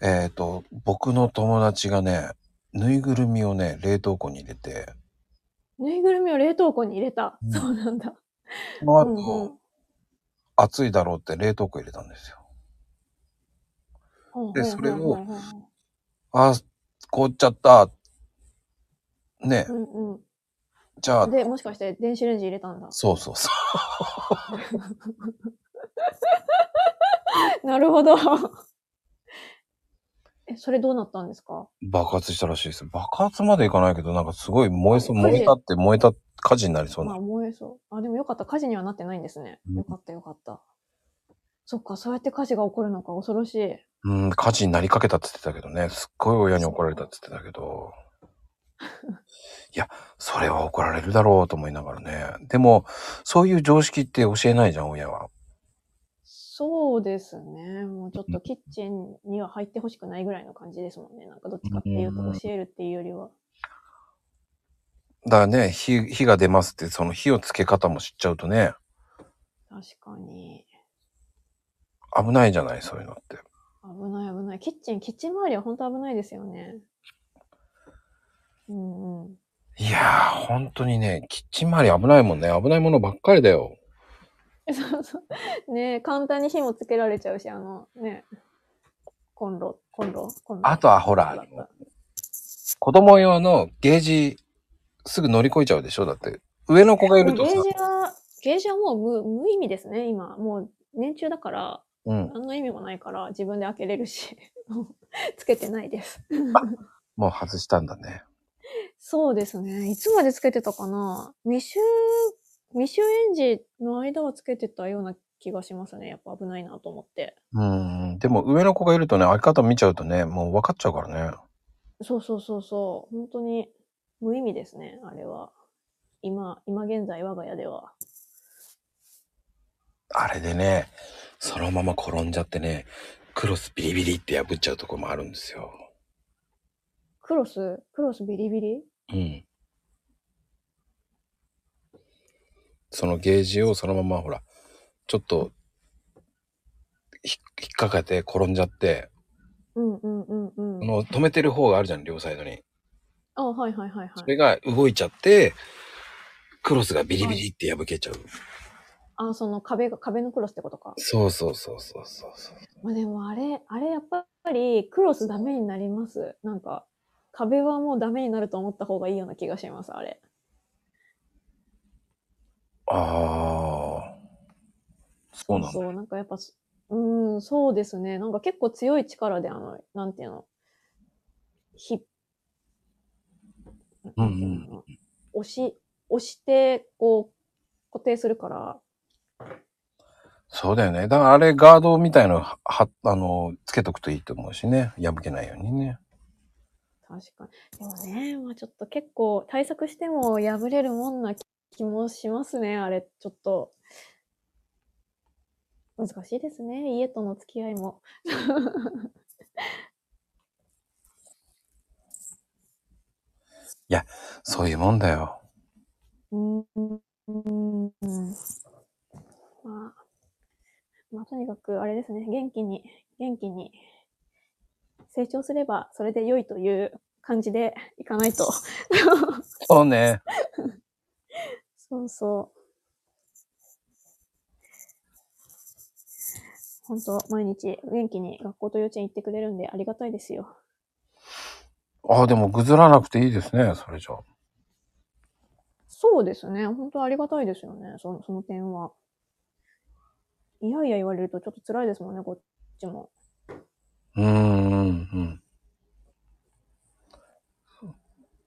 Speaker 1: えっ、と、僕の友達がね、ぬいぐるみをね、冷凍庫に入れて、
Speaker 2: ぬいぐるみを冷凍庫に入れた。
Speaker 1: うん
Speaker 2: そうなんだ。
Speaker 1: その
Speaker 2: うん
Speaker 1: 後、暑いだろうって冷凍庫入れたんですよ。
Speaker 2: うん
Speaker 1: でそれを、
Speaker 2: はいはいはいはい
Speaker 1: あー、凍っちゃった。ね、
Speaker 2: うんう
Speaker 1: じゃあ
Speaker 2: ん。、で、もしかして電子レンジ入れたんだ。
Speaker 1: そうそうそう。
Speaker 2: なるほど。 え、それどうなったんですか
Speaker 1: 爆発したらしいです。爆発までいかないけど、なんかすごい燃えそう、燃えたって燃えた火事になりそう
Speaker 2: ま
Speaker 1: な
Speaker 2: あ。燃えそう。あ、でもよかった。火事にはなってないんですね
Speaker 1: う。ん
Speaker 2: よかったよかった。そっか、そうやって火事が起こるのか恐ろしい。
Speaker 1: うん、火事になりかけたって言ってたけどね、すっごい親に怒られたって言ってたけど。いや、それは怒られるだろうと思いながらね。でも、そういう常識って教えないじゃん、親は。
Speaker 2: そうですね。もうちょっとキッチンには入ってほしくないぐらいの感じですもんね。なんかどっちかっていう
Speaker 1: うん
Speaker 2: と教えるっていうよりは。
Speaker 1: だからね、火、火が出ますって、その火をつけ方も知っちゃうとね、
Speaker 2: 確かに。
Speaker 1: 危ないじゃない、そういうのって。
Speaker 2: 危ない危ない。キッチン、キッチン周りは本当危ないですよね。うんうん。
Speaker 1: いやー、本当にね、キッチン周り危ないもんね。危ないものばっかりだよ。
Speaker 2: そうそう。ねえ簡単に火もつけられちゃうし、あの、ねえコンロ、コンロ、コンロ。
Speaker 1: あとはほら子供用のゲージ、すぐ乗り越えちゃうでしょだって、上の子がい
Speaker 2: も
Speaker 1: る
Speaker 2: う
Speaker 1: と
Speaker 2: ゲー
Speaker 1: さ、
Speaker 2: ジは、ゲージはもう無無意味ですね、今。もう年中だから、
Speaker 1: うん、
Speaker 2: 何の意味もないから自分で開けれるし、 もうつけてないです。
Speaker 1: もう外したんだね。
Speaker 2: そうですね。いつまでつけてたかな未就、未就園児の間はつけてたような気がしますね。やっぱ危ないなと思って。
Speaker 1: うん、でも上の子がいるとね、開き方見ちゃうとね、もう分かっちゃうからね。
Speaker 2: そうそうそうそう。本当に無意味ですね、あれは。今、今現在我が家では。
Speaker 1: あれでね、そのまま転んじゃってね、クロスビリビリって破っちゃうとこもあるんですよ。
Speaker 2: クロスクロスビリビリ
Speaker 1: うん。そのゲージをそのままほら、ちょっと、ひ引っかかって転んじゃって、
Speaker 2: うんうんうん
Speaker 1: あ
Speaker 2: うん。
Speaker 1: の、止めてる方があるじゃん、両サイドに。
Speaker 2: あ、はいはいはいは
Speaker 1: そ
Speaker 2: い。
Speaker 1: れが動いちゃって、クロスがビリビリって破けちゃう。
Speaker 2: あ、その壁が、壁のクロスってことか。
Speaker 1: そうそうそうそうそうそう。
Speaker 2: まあでもあれ、あれやっぱりクロスダメになります。なんか、壁はもうダメになると思った方がいいような気がします、あれ。
Speaker 1: ああ。そうなんだ。
Speaker 2: そう、なんかやっぱそ、うーん、そうですね。なんか結構強い力で、あの、なんていうの、ひ、
Speaker 1: うんうん
Speaker 2: なんていのかな押し、押して、こう、固定するから、
Speaker 1: そうだよね。だからあれガードみたいのは、はあの、つけとくといいと思うしね。破けないようにね。
Speaker 2: 確かに。でもね、まあちょっと結構対策しても破れるもんな気もしますね、あれ。ちょっと。難しいですね、家との付き合いも。
Speaker 1: そういうもんだよ。
Speaker 2: うんうんうんまあ、まあ、とにかくあれですね、元気に、元気に、成長すればそれで良いという感じでいかないと。
Speaker 1: そうね。
Speaker 2: そうそう。本当毎日元気に学校と幼稚園行ってくれるんでありがたいですよ。
Speaker 1: ああ、でもぐずらなくていいですね。それじゃあ。
Speaker 2: そうですね。本当ありがたいですよね。そのその点は。いやいや言われるとちょっと辛いですもんね、こっちも。
Speaker 1: うーん、うん。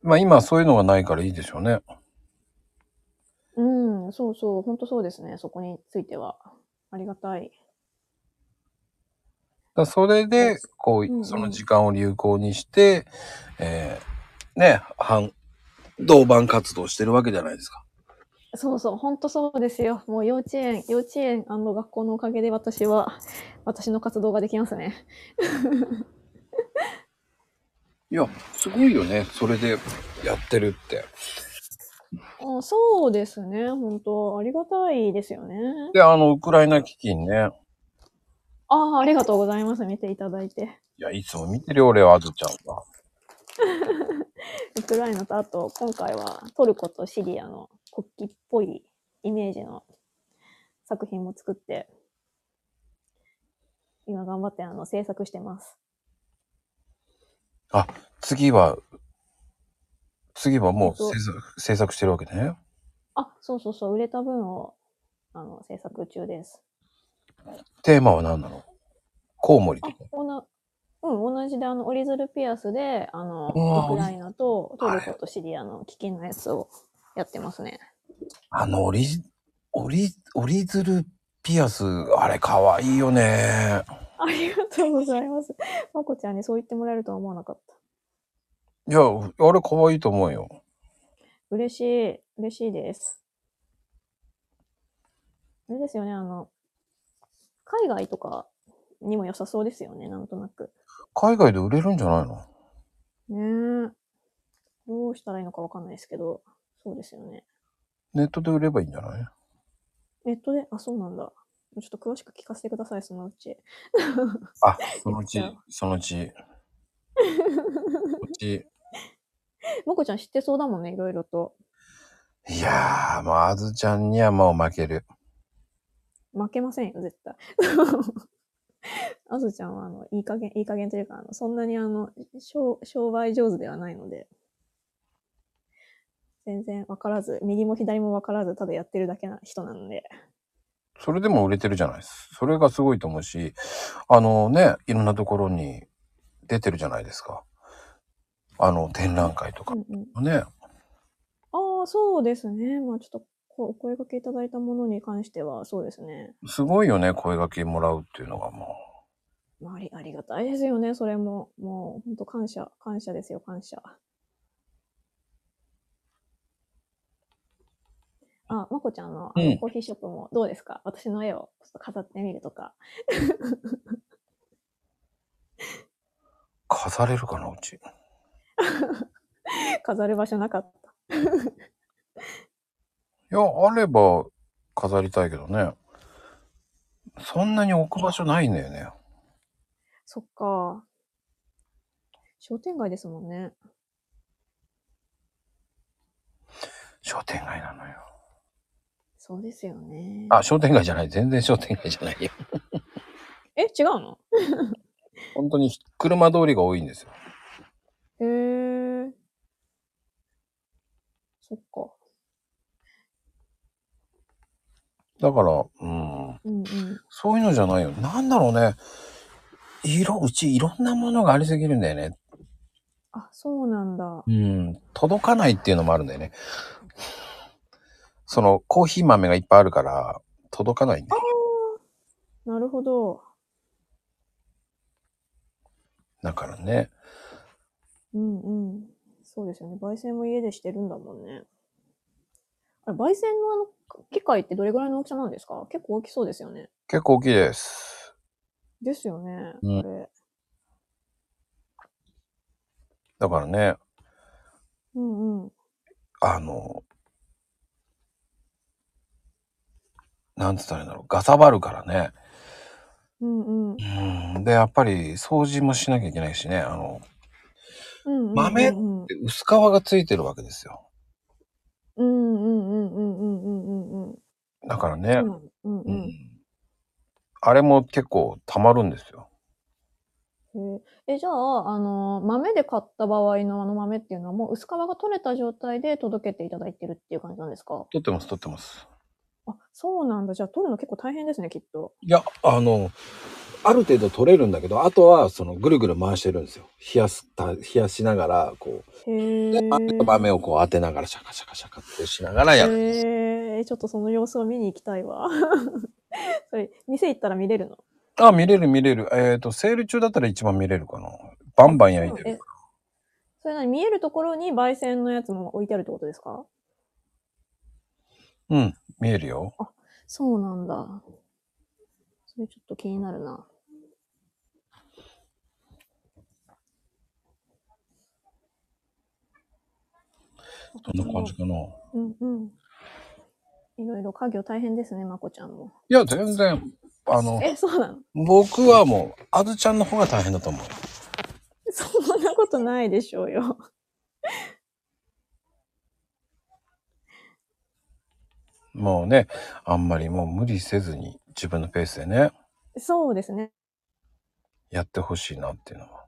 Speaker 1: まあ今はそういうのがないからいいでしょうね。
Speaker 2: うん、そうそう。本当そうですね。そこについては。ありがたい。
Speaker 1: だそれで、こ
Speaker 2: うんう
Speaker 1: う、
Speaker 2: ん
Speaker 1: その時間を有効にして、えー、ね、反、同伴活動してるわけじゃないですか。
Speaker 2: そうそう、本当そうですよ。もう幼稚園、幼稚園学校のおかげで私は、私の活動ができますね。
Speaker 1: いや、すごいよね。それでやってるって。
Speaker 2: あそうですね。本当ありがたいですよね。
Speaker 1: で、あの、ウクライナ基金ね。
Speaker 2: ああ、ありがとうございます。見ていただいて。
Speaker 1: いや、いつも見てるよ、俺は、あずちゃんは。
Speaker 2: ウクライナとあと、今回はトルコとシリアの国旗っぽいイメージの作品も作って、今頑張ってあの制作してます。
Speaker 1: 次は、次はも
Speaker 2: えっ
Speaker 1: う
Speaker 2: と
Speaker 1: 制作制作してるわけね。
Speaker 2: あ、そうそうそう、売れた分をあの制作中です。
Speaker 1: テーマは何なのコウモリと
Speaker 2: あ
Speaker 1: か。、
Speaker 2: おな、うん、同じで、あの、折り鶴ピアスで、あの
Speaker 1: あ、ー
Speaker 2: ウクライナとトルコとシリアの基金のやつをやってますね。
Speaker 1: あの、折り、折り、折り鶴ピアス、あれ、かわいいよね。
Speaker 2: ありがとうございます。まこちゃんにそう言ってもらえるとは思わなかった。
Speaker 1: いや、あれ、かわいいと思うよ。
Speaker 2: 嬉しい、嬉しいです。あれですよね、あの、海外とかにも良さそうですよね、なんとなく。
Speaker 1: 海外で売れるんじゃないの
Speaker 2: ねえ。どうしたらいいのかわかんないですけど、そうですよね。
Speaker 1: ネットで売ればいいんじゃない
Speaker 2: ネットで、あ、そうなんだ。ちょっと詳しく聞かせてください、そのうち。
Speaker 1: あ、そのうち
Speaker 2: めっちゃ、
Speaker 1: そのうち。そのうち
Speaker 2: もこちゃん知ってそうだもんね、いろいろと。
Speaker 1: いやー、もう、あずちゃんにはもう負ける。
Speaker 2: 負けませんよ、絶対。あずちゃんは、あの、いい加減、いい加減というか、あのそんなに、あの、商商売上手ではないので、全然わからず、右も左もわからず、ただやってるだけな人なので。
Speaker 1: それでも売れてるじゃないです。それがすごいと思うし、あのね、いろんなところに出てるじゃないですか。あの、展覧会と
Speaker 2: う
Speaker 1: か
Speaker 2: んうん。
Speaker 1: ね。
Speaker 2: ああ、そうですね。まあ、ちょっと、こお声掛けいただいたものに関しては、そうですね。
Speaker 1: すごいよね、声掛けもらうっていうのがも
Speaker 2: まあ、あり、ありがたいですよね、それも。もう、本当感謝、感謝ですよ、感謝。あ、まこちゃんのあの
Speaker 1: うん
Speaker 2: コーヒーショップもどうですか、私の絵をちょっと飾ってみるとか。
Speaker 1: う、飾れるかな、うち。
Speaker 2: 飾る場所なかった。
Speaker 1: いや、あれば飾りたいけどね。そんなに置く場所ないんだよね。
Speaker 2: そっか。商店街ですもんね。
Speaker 1: 商店街なのよ。
Speaker 2: そうですよね。
Speaker 1: あ、商店街じゃない。全然商店街じゃないよ。
Speaker 2: え、違うの
Speaker 1: 本当に車通りが多いんですよ。
Speaker 2: へえ。そっか。
Speaker 1: だから、うん。
Speaker 2: うんうん。
Speaker 1: そういうのじゃないよ。なんだろうね。色、うちいろんなものがありすぎるんだよね。
Speaker 2: あ、そうなんだ。
Speaker 1: うん。届かないっていうのもあるんだよね。その、コーヒー豆がいっぱいあるから、届かないんだよ。
Speaker 2: なるほど。
Speaker 1: だからね。
Speaker 2: うんうん。そうですよね。焙煎も家でしてるんだもんね。あれ、焙煎のあの、機械ってどれぐらいの大きさなんですか結構大きそうですよね。
Speaker 1: 結構大きいです。
Speaker 2: ですよね。
Speaker 1: うん
Speaker 2: これ。
Speaker 1: だからね、
Speaker 2: うんうん。
Speaker 1: あの、なんつったらいいんだろう。ガサバるからね。
Speaker 2: うんうん。
Speaker 1: うん。で、やっぱり掃除もしなきゃいけないしね。あの、
Speaker 2: うんうんうんうん、
Speaker 1: 豆
Speaker 2: うん
Speaker 1: で薄皮がついてるわけですよ。
Speaker 2: うんうんうんうんうんうんうん。
Speaker 1: だから
Speaker 2: そ
Speaker 1: ね
Speaker 2: う、なんだうん
Speaker 1: う
Speaker 2: うん
Speaker 1: んあれも結構たまるんですよ。
Speaker 2: へー。え、じゃあ、あの、豆で買った場合のあの豆っていうのはもう薄皮が取れた状態で届けていただいてるっていう感じなんですか
Speaker 1: 撮ってます、撮ってます。
Speaker 2: あ、そうなんだ。じゃあ取るの結構大変ですね、きっと。
Speaker 1: いや、あの、ある程度取れるんだけど、あとは、その、ぐるぐる回してるんですよ。冷やす、た冷やしながら、こう。
Speaker 2: へ
Speaker 1: で、
Speaker 2: ー。
Speaker 1: 豆をこう当てながら、シャカシャカシャカってしながらやる。
Speaker 2: へーちょっとその様子を見に行きたいわ。 それ、店行ったら見れるの
Speaker 1: あ、見れる見れる。えっ、と、セール中だったら一番見れるかな。バンバン焼いて
Speaker 2: え
Speaker 1: る。
Speaker 2: それなに見えるところに焙煎のやつも置いてあるってことですか
Speaker 1: うん、見えるよ。
Speaker 2: そうなんだ。それちょっと気になるな。
Speaker 1: そんな感じかな。い
Speaker 2: うんうん。いろいろ家業大変ですね、まこちゃんも。
Speaker 1: や、全然、あの、
Speaker 2: え、そうなの
Speaker 1: 僕はもう、あずちゃんの方が大変だと思う。
Speaker 2: そんなことないでしょうよ。
Speaker 1: もうね、あんまりもう無理せずに自分のペースでね、
Speaker 2: そうですね。
Speaker 1: やってほしいなっていうのは。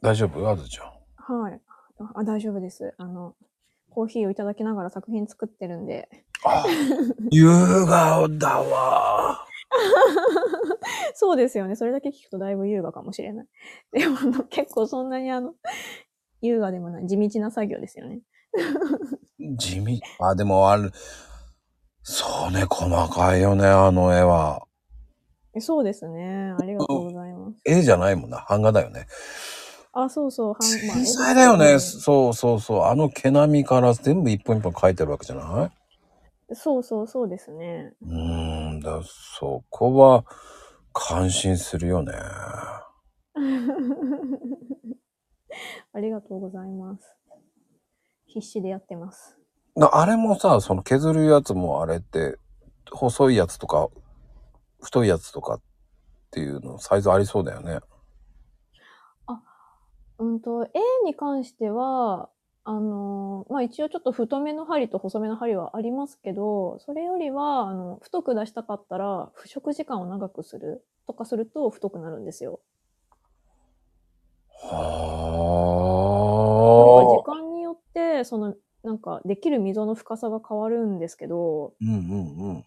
Speaker 1: 大丈夫あずちゃん。
Speaker 2: はい。ああ、大丈夫です。あの、コーヒーをいただきながら作品作ってるんで。
Speaker 1: あ、優雅だわ。
Speaker 2: そうですよね。それだけ聞くとだいぶ優雅かもしれない。 でもあの、結構そんなにあの、優雅でもない、地道な作業ですよね。
Speaker 1: 地味。あ、でもある。そうね、細かいよね、あの絵は。
Speaker 2: えそうですね。ありがとうございます。
Speaker 1: 絵じゃないもんな、版画だよね。
Speaker 2: あ、そうそう。はんまあ
Speaker 1: 繊細だよ
Speaker 2: え
Speaker 1: ね。
Speaker 2: っと
Speaker 1: そうそうそう。あの毛並みから全部一本一本描いてるわけじゃない
Speaker 2: そうそうそうですね。
Speaker 1: うーんだ、そこは感心するよね。
Speaker 2: ありがとうございます。必死でやってます。
Speaker 1: なあれもさ、その削るやつもあれって、細いやつとか、太いやつとかっていうのサイズありそうだよね。
Speaker 2: うんと、A に関しては、あのーまあ、一応ちょっと太めの針と細めの針はありますけど、それよりは、あの、太く出したかったら、腐食時間を長くするとかすると太くなるんですよ。なんか時
Speaker 1: はあ。
Speaker 2: 間によって、その、なんかできる溝の深さが変わるんですけど、
Speaker 1: うんうんうん。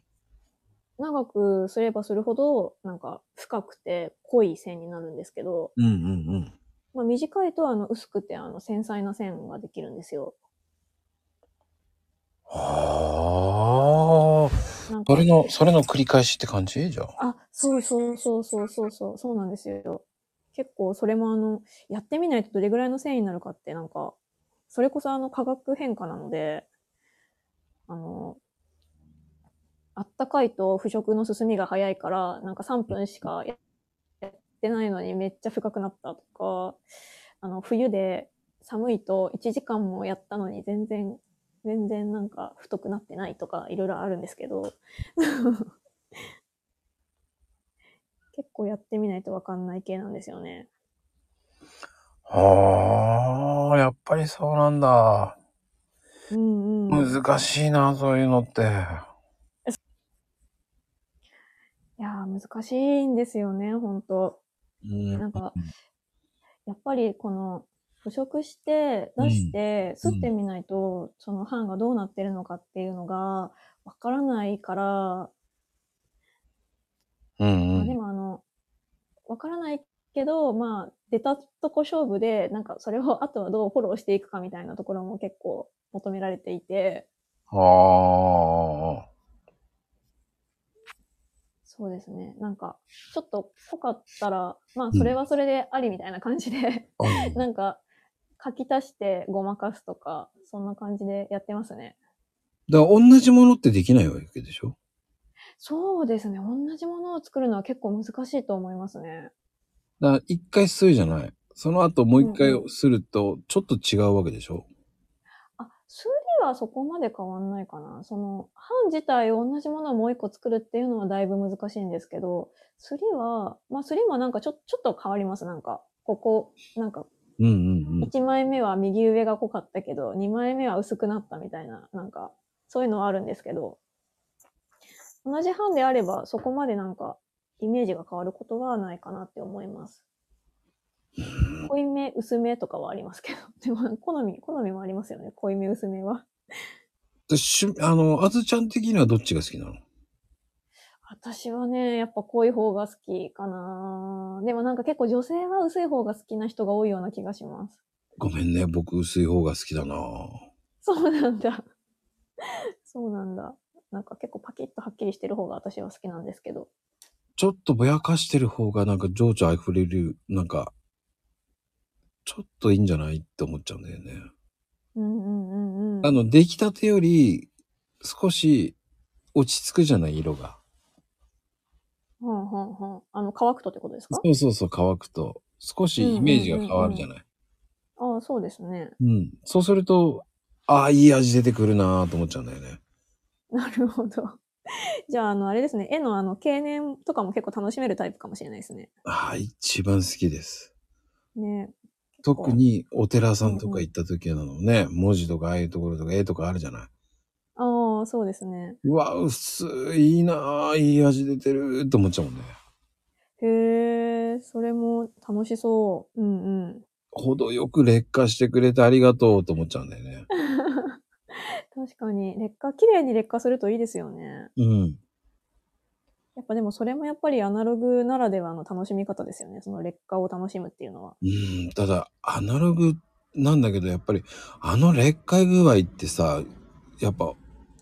Speaker 2: 長くすればするほど、なんか深くて濃い線になるんですけど、
Speaker 1: うんうんうん。
Speaker 2: まあ、短いとあの薄くてあの繊細な線ができるんですよ。
Speaker 1: はあ。
Speaker 2: なんか
Speaker 1: それの、それの繰り返しって感じじゃあ。
Speaker 2: あ、そうそうそうそうそうそう、そうなんですよ。結構それもあの、やってみないとどれぐらいの繊維になるかってなんか、それこそあの化学変化なので、あの、あったかいと腐食の進みが早いから、なんか3分しかやってないのにめっちゃ深くなったとか、あの、冬で寒いと1時間もやったのに全然、全然なんか太くなってないとかいろいろあるんですけど、結構やってみないとわかんない系なんですよね。
Speaker 1: はあ、やっぱりそうなんだ。
Speaker 2: うんうん。い
Speaker 1: 難しいな、そういうのって。
Speaker 2: やー、難しいんですよね、ほんと。
Speaker 1: うん
Speaker 2: なんかやっぱりこの、腐食して、出して、
Speaker 1: うん
Speaker 2: 吸ってみないと、その版がどうなってるのかっていうのが、わからないから、
Speaker 1: うん
Speaker 2: ま
Speaker 1: う
Speaker 2: あ
Speaker 1: ん
Speaker 2: で。もあの、わからないけど、まあ、出たとこ勝負で、なんかそれをあとはどうフォローしていくかみたいなところも結構求められていて、
Speaker 1: ああ。
Speaker 2: そうですね。なんか、ちょっと濃かったら、まあ、それはそれでありみたいな感じで、 なんか、書き足してごまかすとか、そんな感じでやってますね。
Speaker 1: だから同じものってできないわけでしょ
Speaker 2: そうですね。同じものを作るのは結構難しいと思いますね。
Speaker 1: だから一回するじゃない。その後もう一回
Speaker 2: うんう
Speaker 1: するとちょっと違うわけでしょ、
Speaker 2: あ、数理はそこまで変わんないかな。その、版自体を同じものをもう一個作るっていうのはだいぶ難しいんですけど、すりは、まあ、すりもなんかちょ、ちょっと変わります。なんか、ここ、なんか、
Speaker 1: うん、うんうん
Speaker 2: 1枚目は右上が濃かったけど、2枚目は薄くなったみたいな、なんか、そういうのはあるんですけど、同じ版であれば、そこまでなんか、イメージが変わることはないかなって思います。濃いめ、薄めとかはありますけど。 でも、好み、好みもありますよね。濃いめ、薄めは。
Speaker 1: でしあの、あずちゃん的にはどっちが好きなの
Speaker 2: 私はね、やっぱ濃い方が好きかなでもなんか結構女性は薄い方が好きな人が多いような気がします。
Speaker 1: ごめんね、僕薄い方が好きだな
Speaker 2: そうなんだ。 そうなんだ。なんか結構パキッとはっきりしてる方が私は好きなんですけど。
Speaker 1: ちょっとぼやかしてる方がなんか情緒あふれる、なんか、ちょっといいんじゃないって思っちゃうんだよね。
Speaker 2: うんうんうんうん。
Speaker 1: あの、出来たてより少し落ち着くじゃない、色が。
Speaker 2: ほんほんほん。あの、乾くとってことですか
Speaker 1: そうそうそう、乾くと。少しイメージが変わるじゃない。
Speaker 2: ああ、そうですね。
Speaker 1: うん。そうすると、ああ、いい味出てくるなーと思っちゃうんだよね。
Speaker 2: なるほど。 じゃあ、あの、あれですね。絵のあの、経年とかも結構楽しめるタイプかもしれないですね。
Speaker 1: ああ、一番好きです。
Speaker 2: ね。
Speaker 1: 特にお寺さんとか行った時なのね、文字とかああいうところとか絵とかあるじゃない。
Speaker 2: ああ、そうですね。
Speaker 1: うわ、薄いいいなーいい味出てるーと思っちゃうもんね。
Speaker 2: へえ、それも楽しそう。うんうん。
Speaker 1: 程よく劣化してくれてありがとうと思っちゃうんだよね。
Speaker 2: 確かに、劣化、綺麗に劣化するといいですよね。
Speaker 1: うん。
Speaker 2: やっぱでもそれもやっぱりアナログならではの楽しみ方ですよね。その劣化を楽しむっていうのは。
Speaker 1: うん、ただアナログなんだけどやっぱりあの劣化具合ってさやっぱ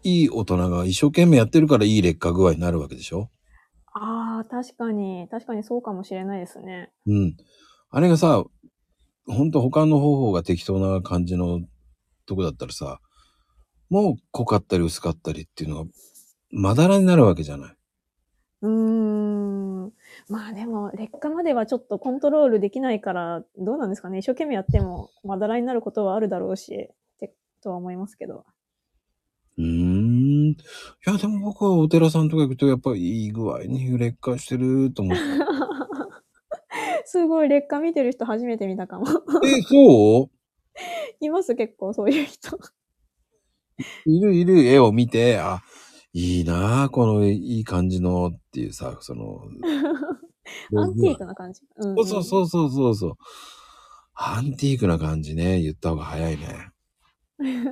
Speaker 1: いい大人が一生懸命やってるからいい劣化具合になるわけでしょ
Speaker 2: ああ、確かに、確かにそうかもしれないですね。
Speaker 1: うん。あれがさほんと他の方法が適当な感じのとこだったらさもう濃かったり薄かったりっていうのがまだらになるわけじゃない。
Speaker 2: うーん。まあでも、劣化まではちょっとコントロールできないから、どうなんですかね。一生懸命やっても、まだらになることはあるだろうし、って、とは思いますけど。
Speaker 1: うーん。いやでも僕はお寺さんとか行くとやっぱいい具合に劣化してると思って。
Speaker 2: すごい、劣化見てる人初めて見たかも。
Speaker 1: え、そう
Speaker 2: います結構、そういう人。。
Speaker 1: いるいる絵を見て、あ、いいなあこのいい感じのっていうさ、その
Speaker 2: アンティークな感じ。うん
Speaker 1: そうそうそうそうそうそう。アンティークな感じね。言った方が早い ね。うん。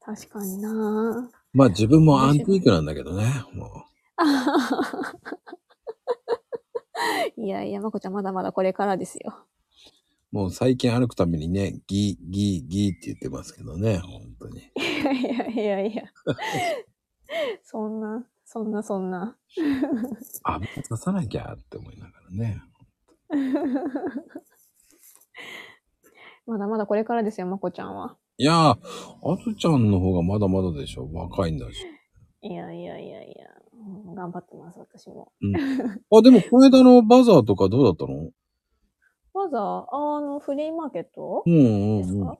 Speaker 2: 確かにな
Speaker 1: まあ自分もアンティークなんだけどね。も
Speaker 2: あはは いやいや、まこちゃんまだまだこれからですよ。
Speaker 1: う、もう最近歩くためにね、ギーギーギーって言ってますけどね。本当に。
Speaker 2: いやいやいやいや。そんな、そんなそん な。
Speaker 1: あ、刺さなきゃって思いながらね。
Speaker 2: まだまだこれからですよ、まこちゃんは。
Speaker 1: いやあ、あずちゃんの方がまだまだでしょ。若いんだし。
Speaker 2: いやいやいやいや、うん頑張ってます、私も。
Speaker 1: あ、でもこの間のバザーとかどうだったの
Speaker 2: まだ、あの、フリーマーケット
Speaker 1: うんうん
Speaker 2: です
Speaker 1: うん。
Speaker 2: か、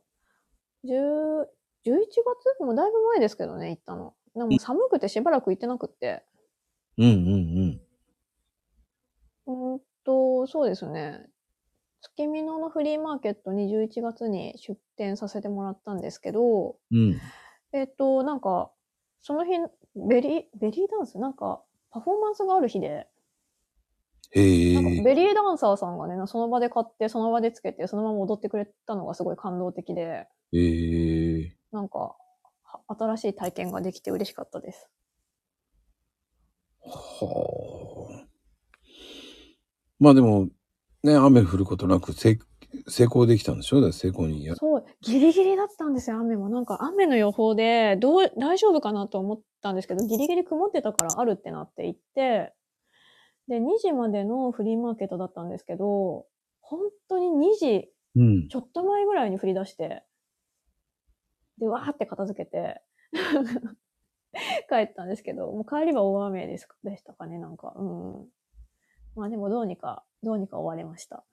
Speaker 2: 十 ?11 月もうだいぶ前ですけどね、行ったの。でも寒くてしばらく行ってなくって。
Speaker 1: うんうん
Speaker 2: うーんと、そうですね。月見野のフリーマーケットに11月に出店させてもらったんですけど、
Speaker 1: うん。うん。
Speaker 2: えっ、と、なんか、その日、ベリー、ベリーダンスなんか、パフォーマンスがある日で、
Speaker 1: へ
Speaker 2: なんか
Speaker 1: え。
Speaker 2: ベリーダンサーさんがね、その場で買って、その場でつけて、そのまま踊ってくれたのがすごい感動的で、
Speaker 1: へえ。
Speaker 2: なんか、は新しい体験ができて嬉しかったです。
Speaker 1: はあ。まあでも、ね、雨降ることなく成成功できたんでしょだから成功にや。
Speaker 2: そう、ギリギリだったんですよ、雨も。なんか雨の予報で、どう、大丈夫かなと思ったんですけど、ギリギリ曇ってたからあるってなって行って、で、2時までのフリーマーケットだったんですけど、本当に2時、
Speaker 1: うん。
Speaker 2: ちょっと前ぐらいに降り出して、で、わーって片付けて、 帰ったんですけど、もう帰りは大雨ですでしたかね、なんか。うん。まあでもどうにか、どうにか終われました。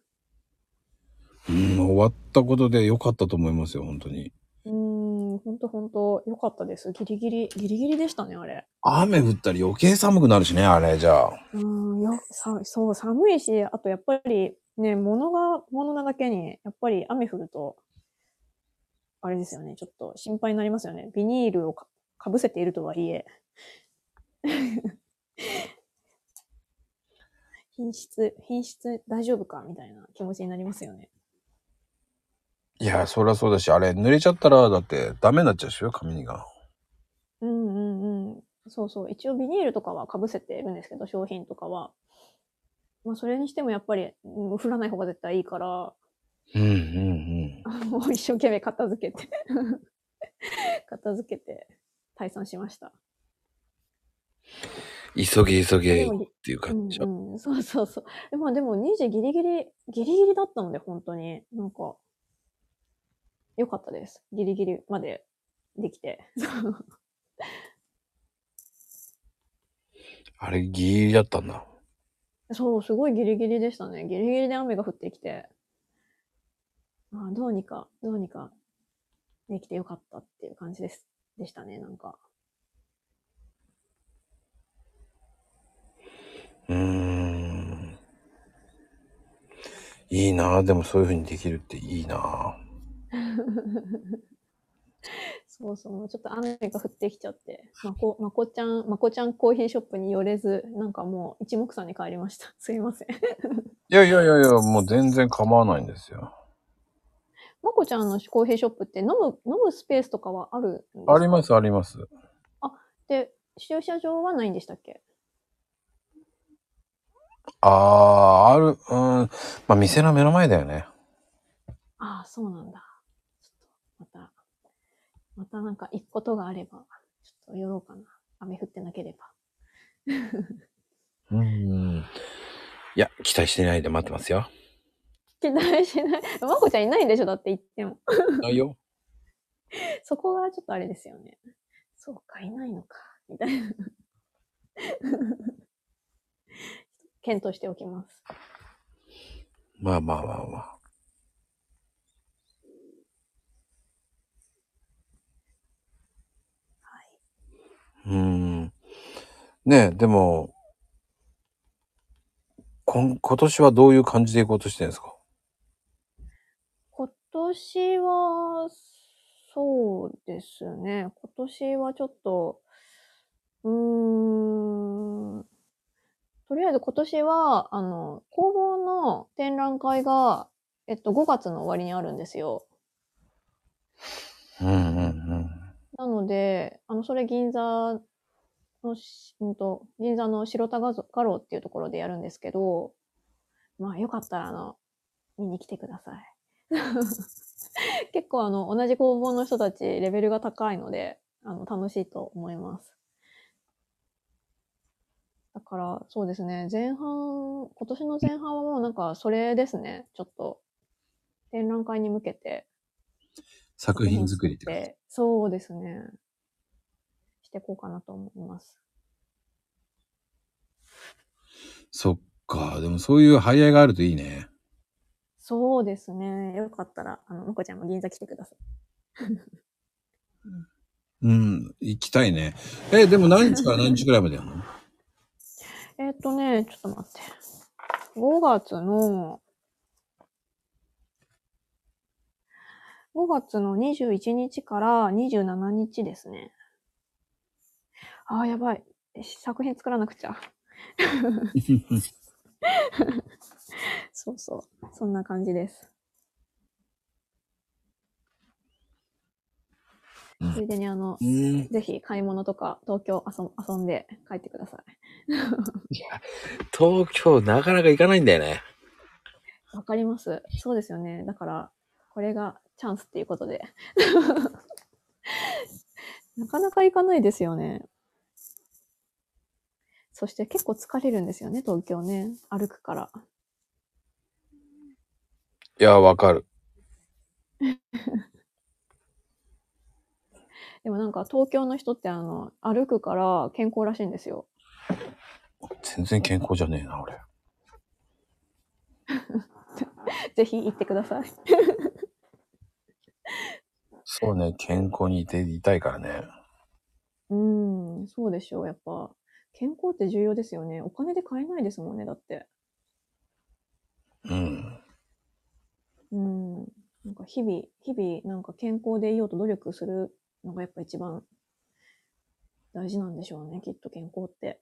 Speaker 1: うん、終わったことで良かったと思いますよ、本当に。
Speaker 2: うーん、ほんとほんと、よかったです。ギリギリ、ギリギリでしたね、あれ。
Speaker 1: 雨降ったり余計寒くなるしね、あれ、じゃあ。
Speaker 2: うーん、よ、さ、そう、寒いし、あとやっぱり、ね、物が、物なだけに、やっぱり雨降ると、あれですよね、ちょっと心配になりますよね。ビニールをかかぶせているとはいえ。 品質、品質大丈夫かみたいな気持ちになりますよね。
Speaker 1: いや、そりゃそうだし、あれ、濡れちゃったら、だって、ダメになっちゃうでしょ、髪が。
Speaker 2: うんうんうん。そうそう。一応ビニールとかは被せてるんですけど、商品とかは。まあ、それにしてもやっぱり、うん降らない方が絶対いいから、
Speaker 1: うんうんうん。
Speaker 2: もう一生懸命片付けて、 片付けて退散しました。
Speaker 1: 急げ急げ
Speaker 2: で
Speaker 1: っ
Speaker 2: もぎ
Speaker 1: ていう
Speaker 2: う
Speaker 1: 感じ。
Speaker 2: んうん、そうそうそう。でまあでも2時ギリギリ、ギリギリだったので、本当に。なんか、良かったです。ギリギリまでできて。
Speaker 1: あれ、ギリギリだったんだ。
Speaker 2: そう、すごいギリギリでしたね。ギリギリで雨が降ってきて。まあ、どうにか、どうにかできてよかったっていう感じです。でしたね、なんか。
Speaker 1: うーん。いいなあでもそういう風にできるっていいなあ
Speaker 2: そうそう、ちょっと雨が降ってきちゃって、まこ、まこちゃん、まこちゃんコーヒーショップに寄れず、なんかもう一目散に帰りました。 すいません。
Speaker 1: いやいやいやいや、もう全然構わないんですよ。
Speaker 2: まこちゃんのコーヒーショップって飲む、飲むスペースとかはあるんですか
Speaker 1: ありますあります。
Speaker 2: で、駐車場はないんでしたっけ
Speaker 1: ああ、ある、うーん。まあ、店の目の前だよね。
Speaker 2: ああ、そうなんだ。ちょっと、また、またなんか行くことがあれば、ちょっと寄ろうかな。雨降ってなければ。
Speaker 1: うーん。いや、期待してないで待ってますよ。
Speaker 2: 期待しない。まこちゃんいないんでしょだって行っても。
Speaker 1: ないよ。
Speaker 2: そこがちょっとあれですよね。そうか、いないのか。みたいな。検討しておきます。
Speaker 1: まあまあまあまあ。
Speaker 2: はい。
Speaker 1: うーん。ねえ、でも、こん今年はどういう感じで行こうとしてるんですか
Speaker 2: 今年は、そうですね。今年はちょっと、うーん。とりあえず今年は、あの、工房の展覧会が、えっと、5月の終わりにあるんですよ。
Speaker 1: うんうんうん。
Speaker 2: なので、あの、それ銀座のし、うんと、銀座の白田画像画廊っていうところでやるんですけど、まあ、よかったら、あの、見に来てください。 結構、あの、同じ工房の人たち、レベルが高いので、あの、楽しいと思います。だから、そうですね、前半、今年の前半はもうなんか、それですね、ちょっと、展覧会に向けて、
Speaker 1: 作品作りってこと。
Speaker 2: そうですね。していこうかなと思います。
Speaker 1: そっか。でもそういう張り合いがあるといいね。
Speaker 2: そうですね。よかったら、あの、まこちゃんも銀座来てください。
Speaker 1: うん。行きたいね。え、でも何日 から何日ぐらいまでやるの
Speaker 2: えっ、とね、ちょっと待って。5月の、5月の21日から27日ですね。ああ、やばい。作品作らなくち ゃ。そうそう。そんな感じです。
Speaker 1: うん
Speaker 2: ついでにあの
Speaker 1: う、ん。
Speaker 2: ぜひ買い物とか東京遊遊んで帰ってください。
Speaker 1: 東京なかなか行かないんだよね。
Speaker 2: わかります。そうですよね。だから、これがチャンスっていうことで。 なかなか行かないですよね。そして結構疲れるんですよね、東京ね。歩くから。
Speaker 1: いや、わかる。
Speaker 2: でもなんか東京の人ってあの、歩くから健康らしいんですよ。
Speaker 1: 全然健康じゃねえな、俺。
Speaker 2: ぜひ行ってください。
Speaker 1: そうね、健康にいていたいからね。
Speaker 2: うーん、そうでしょう。やっぱ、健康って重要ですよね。お金で買えないですもんね、だって。
Speaker 1: うん。
Speaker 2: うん。なんか日々、日々、なんか健康でいようと努力するのがやっぱ一番大事なんでしょうね、きっと健康って。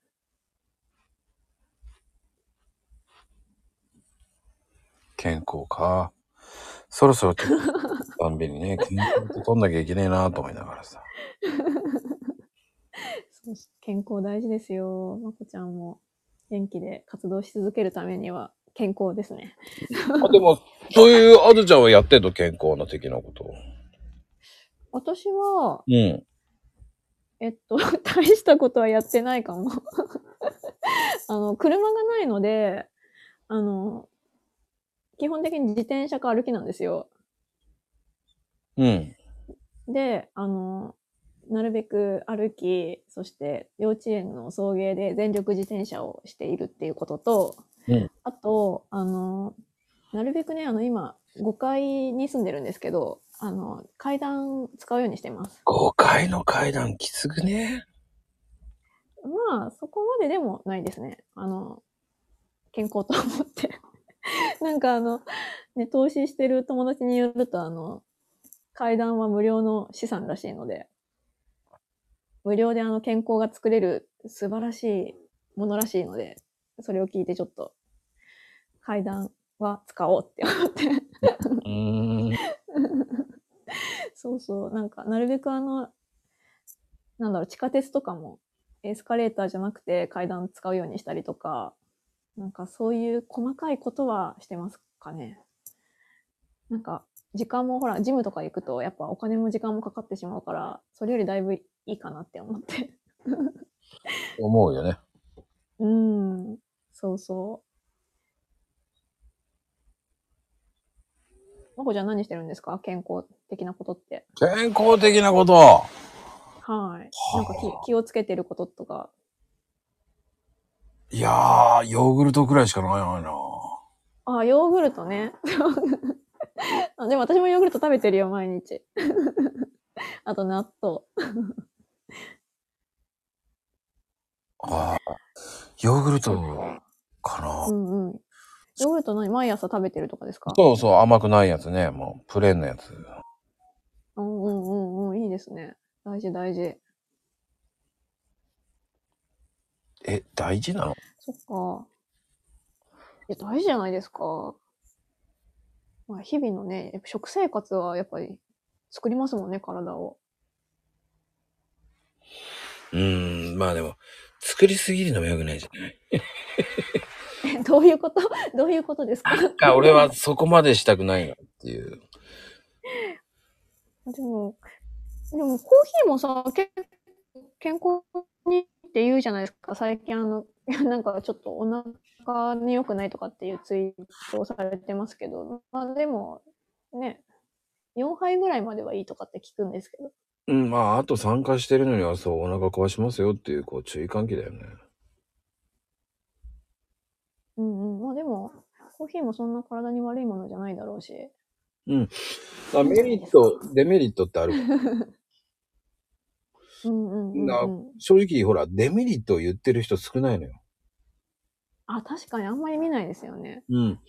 Speaker 1: 健康か。そろそろ、たんびにね、健康って取んなきゃいけねえなと思いながらさ。
Speaker 2: そう健康大事ですよ。まこちゃんも元気で活動し続けるためには健康ですね。
Speaker 1: あでも、そういうアドちゃんはやってんの健康な的なこと。
Speaker 2: 私は、
Speaker 1: うん。
Speaker 2: えっと、 大したことはやってないかも。 あの、車がないので、あの、基本的に自転車か歩きなんですよ。
Speaker 1: うん。
Speaker 2: で、あの、なるべく歩き、そして幼稚園の送迎で全力自転車をしているっていうことと、
Speaker 1: うん
Speaker 2: あと、あの、なるべくね、あの、今、5階に住んでるんですけど、あの、階段使うようにしてます。
Speaker 1: 5階の階段きつくね。
Speaker 2: まあ、そこまででもないですね。あの、健康と思って。 なんかあの、ね、投資してる友達によると、あの、階段は無料の資産らしいので、無料であの健康が作れる素晴らしいものらしいので、それを聞いてちょっと、階段は使おうって思って。
Speaker 1: うーん。
Speaker 2: そうそう、なんか、なるべくあの、なんだろう、地下鉄とかも、エスカレーターじゃなくて階段使うようにしたりとか、なんかそういう細かいことはしてますかね。なんか、時間もほら、ジムとか行くと、やっぱお金も時間もかかってしまうから、それよりだいぶいいかなって思って。
Speaker 1: 思うよね。
Speaker 2: うん、そうそう。まこちゃん何してるんですか健康的なことって。
Speaker 1: 健康的なこと。
Speaker 2: はい。
Speaker 1: あ
Speaker 2: なんかき気をつけてることとか。
Speaker 1: いやー、ヨーグルトくらいしかないな。
Speaker 2: あ、ヨーグル トね。あでも私もヨーグルト食べてるよ、毎日。 あと納豆。
Speaker 1: あーヨーグルトかな
Speaker 2: う。んうん。ヨーグルト何毎朝食べてるとかですか
Speaker 1: そうそう、甘くないやつね。もう、プレーンのやつ。
Speaker 2: うんうんうんうん。いいですね。大事大事。
Speaker 1: え、大事なの
Speaker 2: そっか。いや、大事じゃないですか。まあ、日々のね、やっぱ食生活はやっぱり作りますもんね、体を。
Speaker 1: うーん、まあでも、作りすぎるのも良くないじゃない。
Speaker 2: えどういうこと どういうことですか
Speaker 1: あ俺はそこまでしたくないなっていう。
Speaker 2: でも、でもコーヒーもさ、結構健康にって言うじゃないですか。最近あの、 なんかちょっとお腹に良くないとかっていうツイートをされてますけど、まあでも、ね、4杯ぐらいまではいいとかって聞くんですけど。
Speaker 1: うん、まあ、あと参加してるのにはそう、お腹壊しますよっていう、こう、注意喚起だよね。
Speaker 2: うんうん。まあでも、コーヒーもそんな体に悪いものじゃないだろうし。
Speaker 1: まあ、メリット、デメリットってある。
Speaker 2: うんうんうん、
Speaker 1: な
Speaker 2: うん。
Speaker 1: 正直、ほら、デメリットを言ってる人少ないのよ。
Speaker 2: あ、確かにあんまり見ないですよね。
Speaker 1: うん。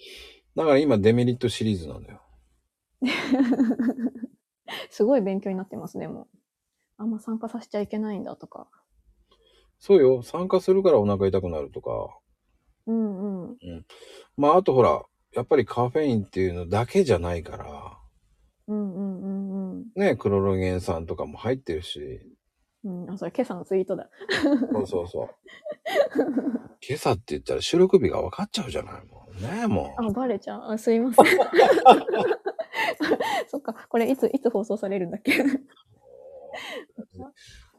Speaker 1: だから今、デメリットシリーズなんだよ。
Speaker 2: すごい勉強になってます、でも。あんま参加させちゃいけないんだとか。
Speaker 1: そうよ。参加するからお腹痛くなるとか。
Speaker 2: うんうん。
Speaker 1: まあ、あとほら、やっぱりカフェインっていうのだけじゃないから、
Speaker 2: うんうんうんうん。
Speaker 1: ね、クロロゲン酸とかも入ってるし、
Speaker 2: うん、あ、それ今朝のツイートだ。
Speaker 1: そうそう そう。今朝って言ったら収録日が分かっちゃうじゃないもんね、もう。
Speaker 2: あ、バレちゃう。あすいません。 そっか、これいつ、いつ放送されるんだっけ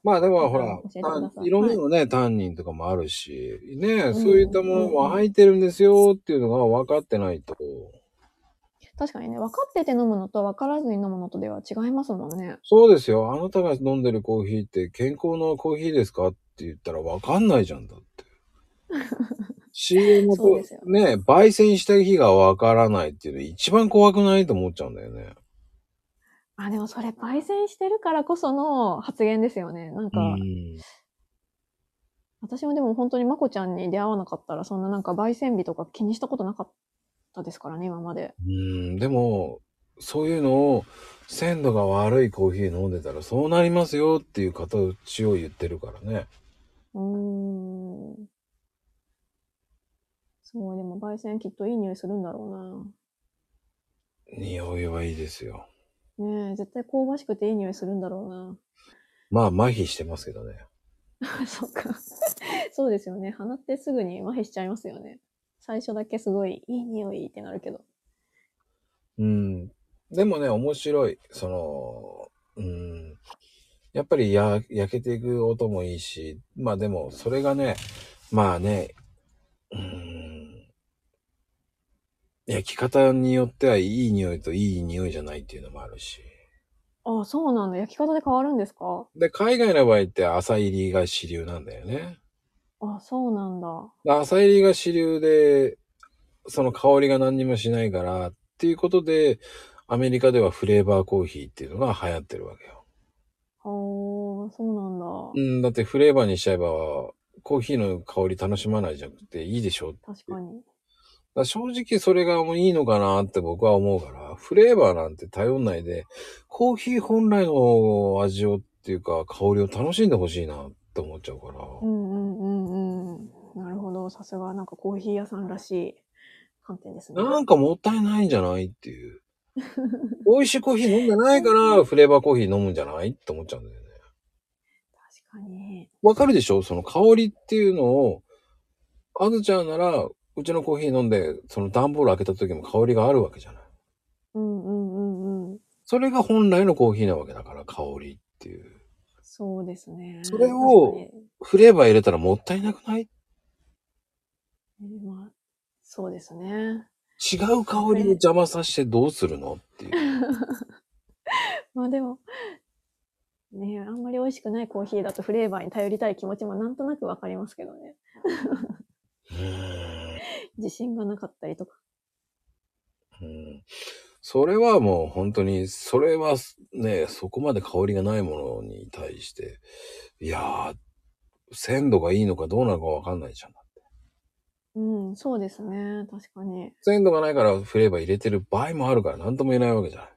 Speaker 1: まあでもほら
Speaker 2: 教えてください
Speaker 1: あ、いろんなのね、タンニンとかもあるし、ね、
Speaker 2: ん
Speaker 1: そういったものも入ってるんですよっていうのが分かってないと。
Speaker 2: 確かにね、分かってて飲むのと分からずに飲むのとでは違いますもんね。
Speaker 1: そうですよ、あなたが飲んでるコーヒーって健康のコーヒーですかって言ったら分かんないじゃんだ って。CM
Speaker 2: そう
Speaker 1: と
Speaker 2: ですよ
Speaker 1: ね、焙煎した日が分からないっていうの一番怖くないと思っちゃうんだよね。
Speaker 2: あ、でもそれ、焙煎してるからこその発言ですよね。なん
Speaker 1: う
Speaker 2: か、
Speaker 1: ん。
Speaker 2: 私もでも本当にまこちゃんに出会わなかったら、そんななんか焙煎日とか気にしたことなかったですからね、今まで。
Speaker 1: うん、でも、そういうのを、鮮度が悪いコーヒー飲んでたら、そうなりますよっていう形を言ってるからね。
Speaker 2: うーん。そう、でも焙煎きっといい匂いするんだろうな。
Speaker 1: 匂いはいいですよ。
Speaker 2: ねえ、絶対香ばしくていい匂いするんだろ
Speaker 1: まあ、麻痺してますけどね。
Speaker 2: うな。そうか。 そうですよね。鼻ってすぐに麻痺しちゃいますよね。最初だけすごいいい匂いってなるけど。
Speaker 1: うん。でもね、面白い。その、うん。やっぱりや、焼けていく音もいいし、まあでも、それがね、まあね、うん。焼き方によってはいい匂いといい匂いじゃないっていうのもあるし。
Speaker 2: ああ、そうなんだ。焼き方で変わるんですか
Speaker 1: で、海外の場合って朝入りが主流なんだよね。
Speaker 2: ああ、そうなんだ。
Speaker 1: で朝入りが主流で、その香りが何にもしないからっていうことで、アメリカではフレーバーコーヒーっていうのが流行ってるわけよ。
Speaker 2: おー、そうなんだ。
Speaker 1: うん、だってフレーバーにしちゃえば、コーヒーの香り楽しまないじゃなくていいでしょ。だか
Speaker 2: 確かに。
Speaker 1: ら正直それがもういいのかなって僕は思うから、フレーバーなんて頼んないで、コーヒー本来の味をっていうか香りを楽しんでほしいなって思っちゃうから。
Speaker 2: うんうんうんうん。なるほど。さすが、なんかコーヒー屋さんらしい観点ですね。
Speaker 1: なんかもったいないんじゃないっていう。美味しいコーヒー飲んでないから、フレーバーコーヒー飲むんじゃないって思っちゃうんだよね。
Speaker 2: 確かに。
Speaker 1: わかるでしょその香りっていうのを、あずちゃんなら、うちのコーヒー飲んで、その段ボール開けた時も香りがあるわけじゃない。
Speaker 2: うんうんうんうん。
Speaker 1: それが本来のコーヒーなわけだから、香りっていう。
Speaker 2: そうですね。
Speaker 1: それを
Speaker 2: 確かに
Speaker 1: フレーバー入れたらもったいなくない
Speaker 2: えーまあ、そうですね。
Speaker 1: 違う香りを邪魔させてどうするのっていう。
Speaker 2: まあでも、ねあんまり美味しくないコーヒーだとフレーバーに頼りたい気持ちもなんとなくわかりますけどね。
Speaker 1: うーん
Speaker 2: 自信がなかったりとか。
Speaker 1: うんそれはもう本当に、それはね、そこまで香りがないものに対して、いやー、鮮度がいいのかどうなのかわかんないじゃん。
Speaker 2: うん、そうですね。確かに。
Speaker 1: 鮮度がないからフレーバー入れてる場合もあるから何とも言えないわけじゃない。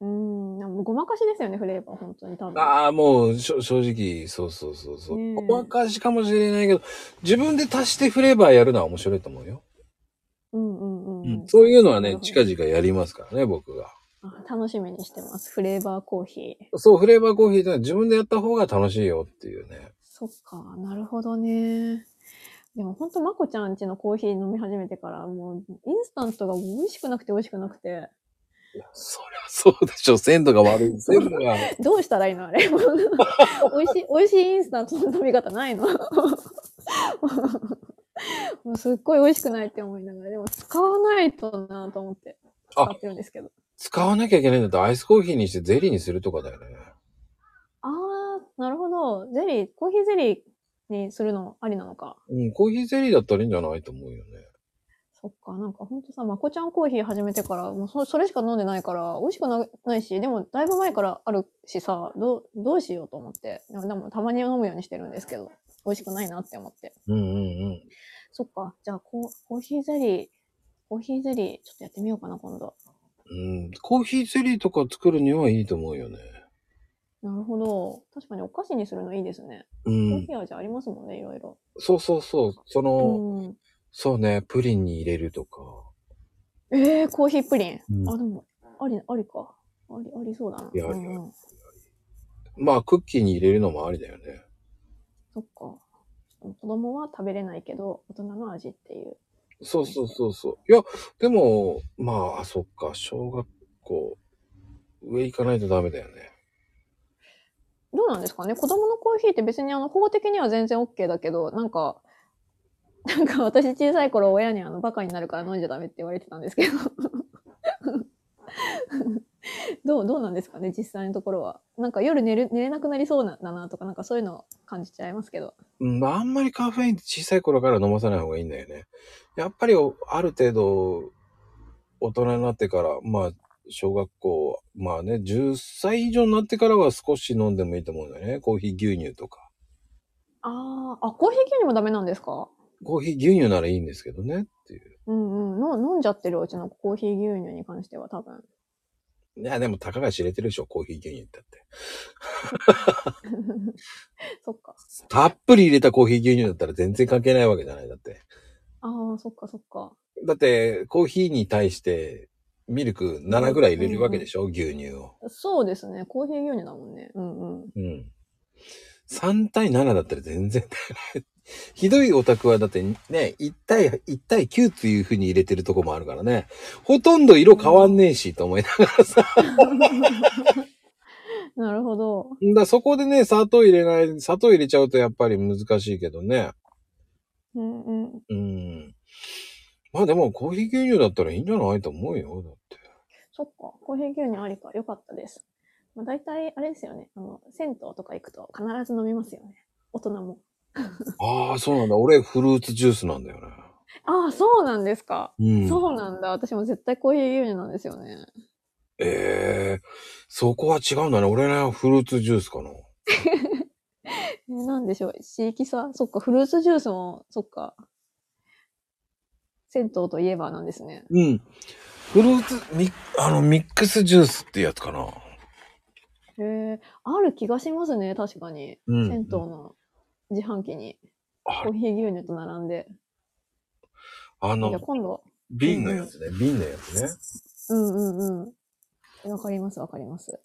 Speaker 2: うん、なんかもうごまかしですよね、フレーバー、本当に多分。
Speaker 1: ああ、もうしょ正直、そうそうそうそう。
Speaker 2: ねえ
Speaker 1: おまかしかもしれないけど、自分で足してフレーバーやるのは面白いと思うよ。
Speaker 2: うんうんうん。ん、
Speaker 1: そういうのはね、
Speaker 2: な
Speaker 1: 近
Speaker 2: る
Speaker 1: 々やりますからね、僕が。
Speaker 2: ほどあ楽しみにしてます。フレーバーコーヒー。
Speaker 1: そう、フレーバーコーヒーってのは自分でやった方が楽しいよっていうね。
Speaker 2: そっか、なるほどね。でもほんと、まこちゃんちのコーヒー飲み始めてから、もう、インスタントが美味しくなくて美味しくなくて、
Speaker 1: そりゃそうでしょ。鮮度が悪い。鮮度が。
Speaker 2: どうしたらいいのあれ。美味しい、美 味しいインスタントの飲み方ないの もうすっごい美味しくないって思いながら、でも使わないとなと思って使
Speaker 1: あ
Speaker 2: ってるんですけど。
Speaker 1: 使わなきゃいけないんだったらアイスコーヒーにしてゼリーにするとかだよね。
Speaker 2: あー、なるほど。ゼリー、コーヒーゼリーにするのありなのか。
Speaker 1: うん、コーヒーゼリーだったらいいんじゃないと思うよね。
Speaker 2: そっか、なんかほんとさ、まこちゃんコーヒー始めてから、もうそそれしか飲んでないから、美味しくなないし、でもだいぶ前からあるしさ、どう、どうしようと思って。でもでもたまに飲むようにしてるんですけど、美味しくないなって思って。
Speaker 1: うんうんうん。
Speaker 2: そっか、じゃあコーコーヒーゼリー、コーヒーゼリー、ちょっとやってみようかな、今度。
Speaker 1: うん、コーヒーゼリーとか作るにはいいと思うよね。
Speaker 2: なるほど。確かにお菓子にするのいいですね。
Speaker 1: う
Speaker 2: コー
Speaker 1: ん
Speaker 2: ヒ。ー味ありますもんね、いろいろ。
Speaker 1: そうそうそう。その、
Speaker 2: うん。
Speaker 1: そうね、プリンに入れるとか。
Speaker 2: えー、コーヒープリン。
Speaker 1: うん
Speaker 2: あ、でも、あり、ありか。あり、ありそうだな。
Speaker 1: いやあ
Speaker 2: う
Speaker 1: り
Speaker 2: んうん、
Speaker 1: まあ、クッキーに入れるのもありだよね。
Speaker 2: そっか。子供は食べれないけど、大人の味っていう。
Speaker 1: そうそうそうそう。いや、でも、まあ、あそっか、小学校、上行かないとダメだよね。
Speaker 2: どうなんですかね子供のコーヒーって別にあの法的には全然 OK だけど、なんか、なんか私小さい頃親にあのバカになるから飲んじゃダメって言われてたんですけど。どう、どうなんですかね実際のところは。なんか夜寝る、寝れなくなりそうなんだなとか、なんかそういうの感じちゃいますけど。
Speaker 1: うん、あんまりカフェインって小さい頃から飲まさない方がいいんだよね。やっぱりお、ある程度、大人になってから、まあ、小学校、まあね、10歳以上になってからは少し飲んでもいいと思うんだよね。コーヒー牛乳とか。
Speaker 2: ああ、あ、コーヒー牛乳もダメなんですか
Speaker 1: コーヒー牛乳ならいいんですけどねっていう。
Speaker 2: うんうん。の飲んじゃってるうちのコーヒー牛乳に関しては多分。
Speaker 1: いや、でもたかが知れてるでしょ、コーヒー牛乳ってって。
Speaker 2: そっか。
Speaker 1: たっぷり入れたコーヒー牛乳だったら全然関係ないわけじゃない、だって。
Speaker 2: ああ、そっかそっか。
Speaker 1: だって、コーヒーに対して、ミルク7ぐらい入れるわけでしょ、牛乳を。
Speaker 2: そうですね。コーヒー牛乳だもんね。うんうん。
Speaker 1: うん。3対7だったら全然 足りない。ひどいオタクはだってね、1対、1対9っていう風に入れてるとこもあるからね。ほとんど色変わんねえし、と思いながらさ。
Speaker 2: なるほど。
Speaker 1: だそこでね、砂糖入れない、砂糖入れちゃうとやっぱり難しいけどね。
Speaker 2: うんうん。
Speaker 1: うん。まあでもコーヒー牛乳だったらいいんじゃないと思うよ、だって。
Speaker 2: そっか。コーヒー牛乳ありか。よかったです。まあ、大体、あれですよね。あの、銭湯とか行くと必ず飲みますよね。大人も。
Speaker 1: ああ、そうなんだ。俺フルーツジュースなんだよね。
Speaker 2: ああ、そうなんですか。
Speaker 1: うん。
Speaker 2: そうなんだ。私も絶対コーヒー牛乳なんですよね。
Speaker 1: ええそこは違うんだね。俺はフルーツジュースかな。
Speaker 2: えーなんでしょう。地域差そっか。フルーツジュースも、そっか。銭湯といえばなんですね。
Speaker 1: うん。フルーツ、ミあの、ミックスジュースってやつかな。
Speaker 2: へえ、ある気がしますね。確かに。
Speaker 1: うん。
Speaker 2: 銭湯の自販機に
Speaker 1: あ
Speaker 2: コーヒー牛乳と並んで。
Speaker 1: あ
Speaker 2: じゃあ
Speaker 1: の、
Speaker 2: 今度、
Speaker 1: 瓶のやつね。瓶のやつね。
Speaker 2: うんうんうん。わかりますわかります。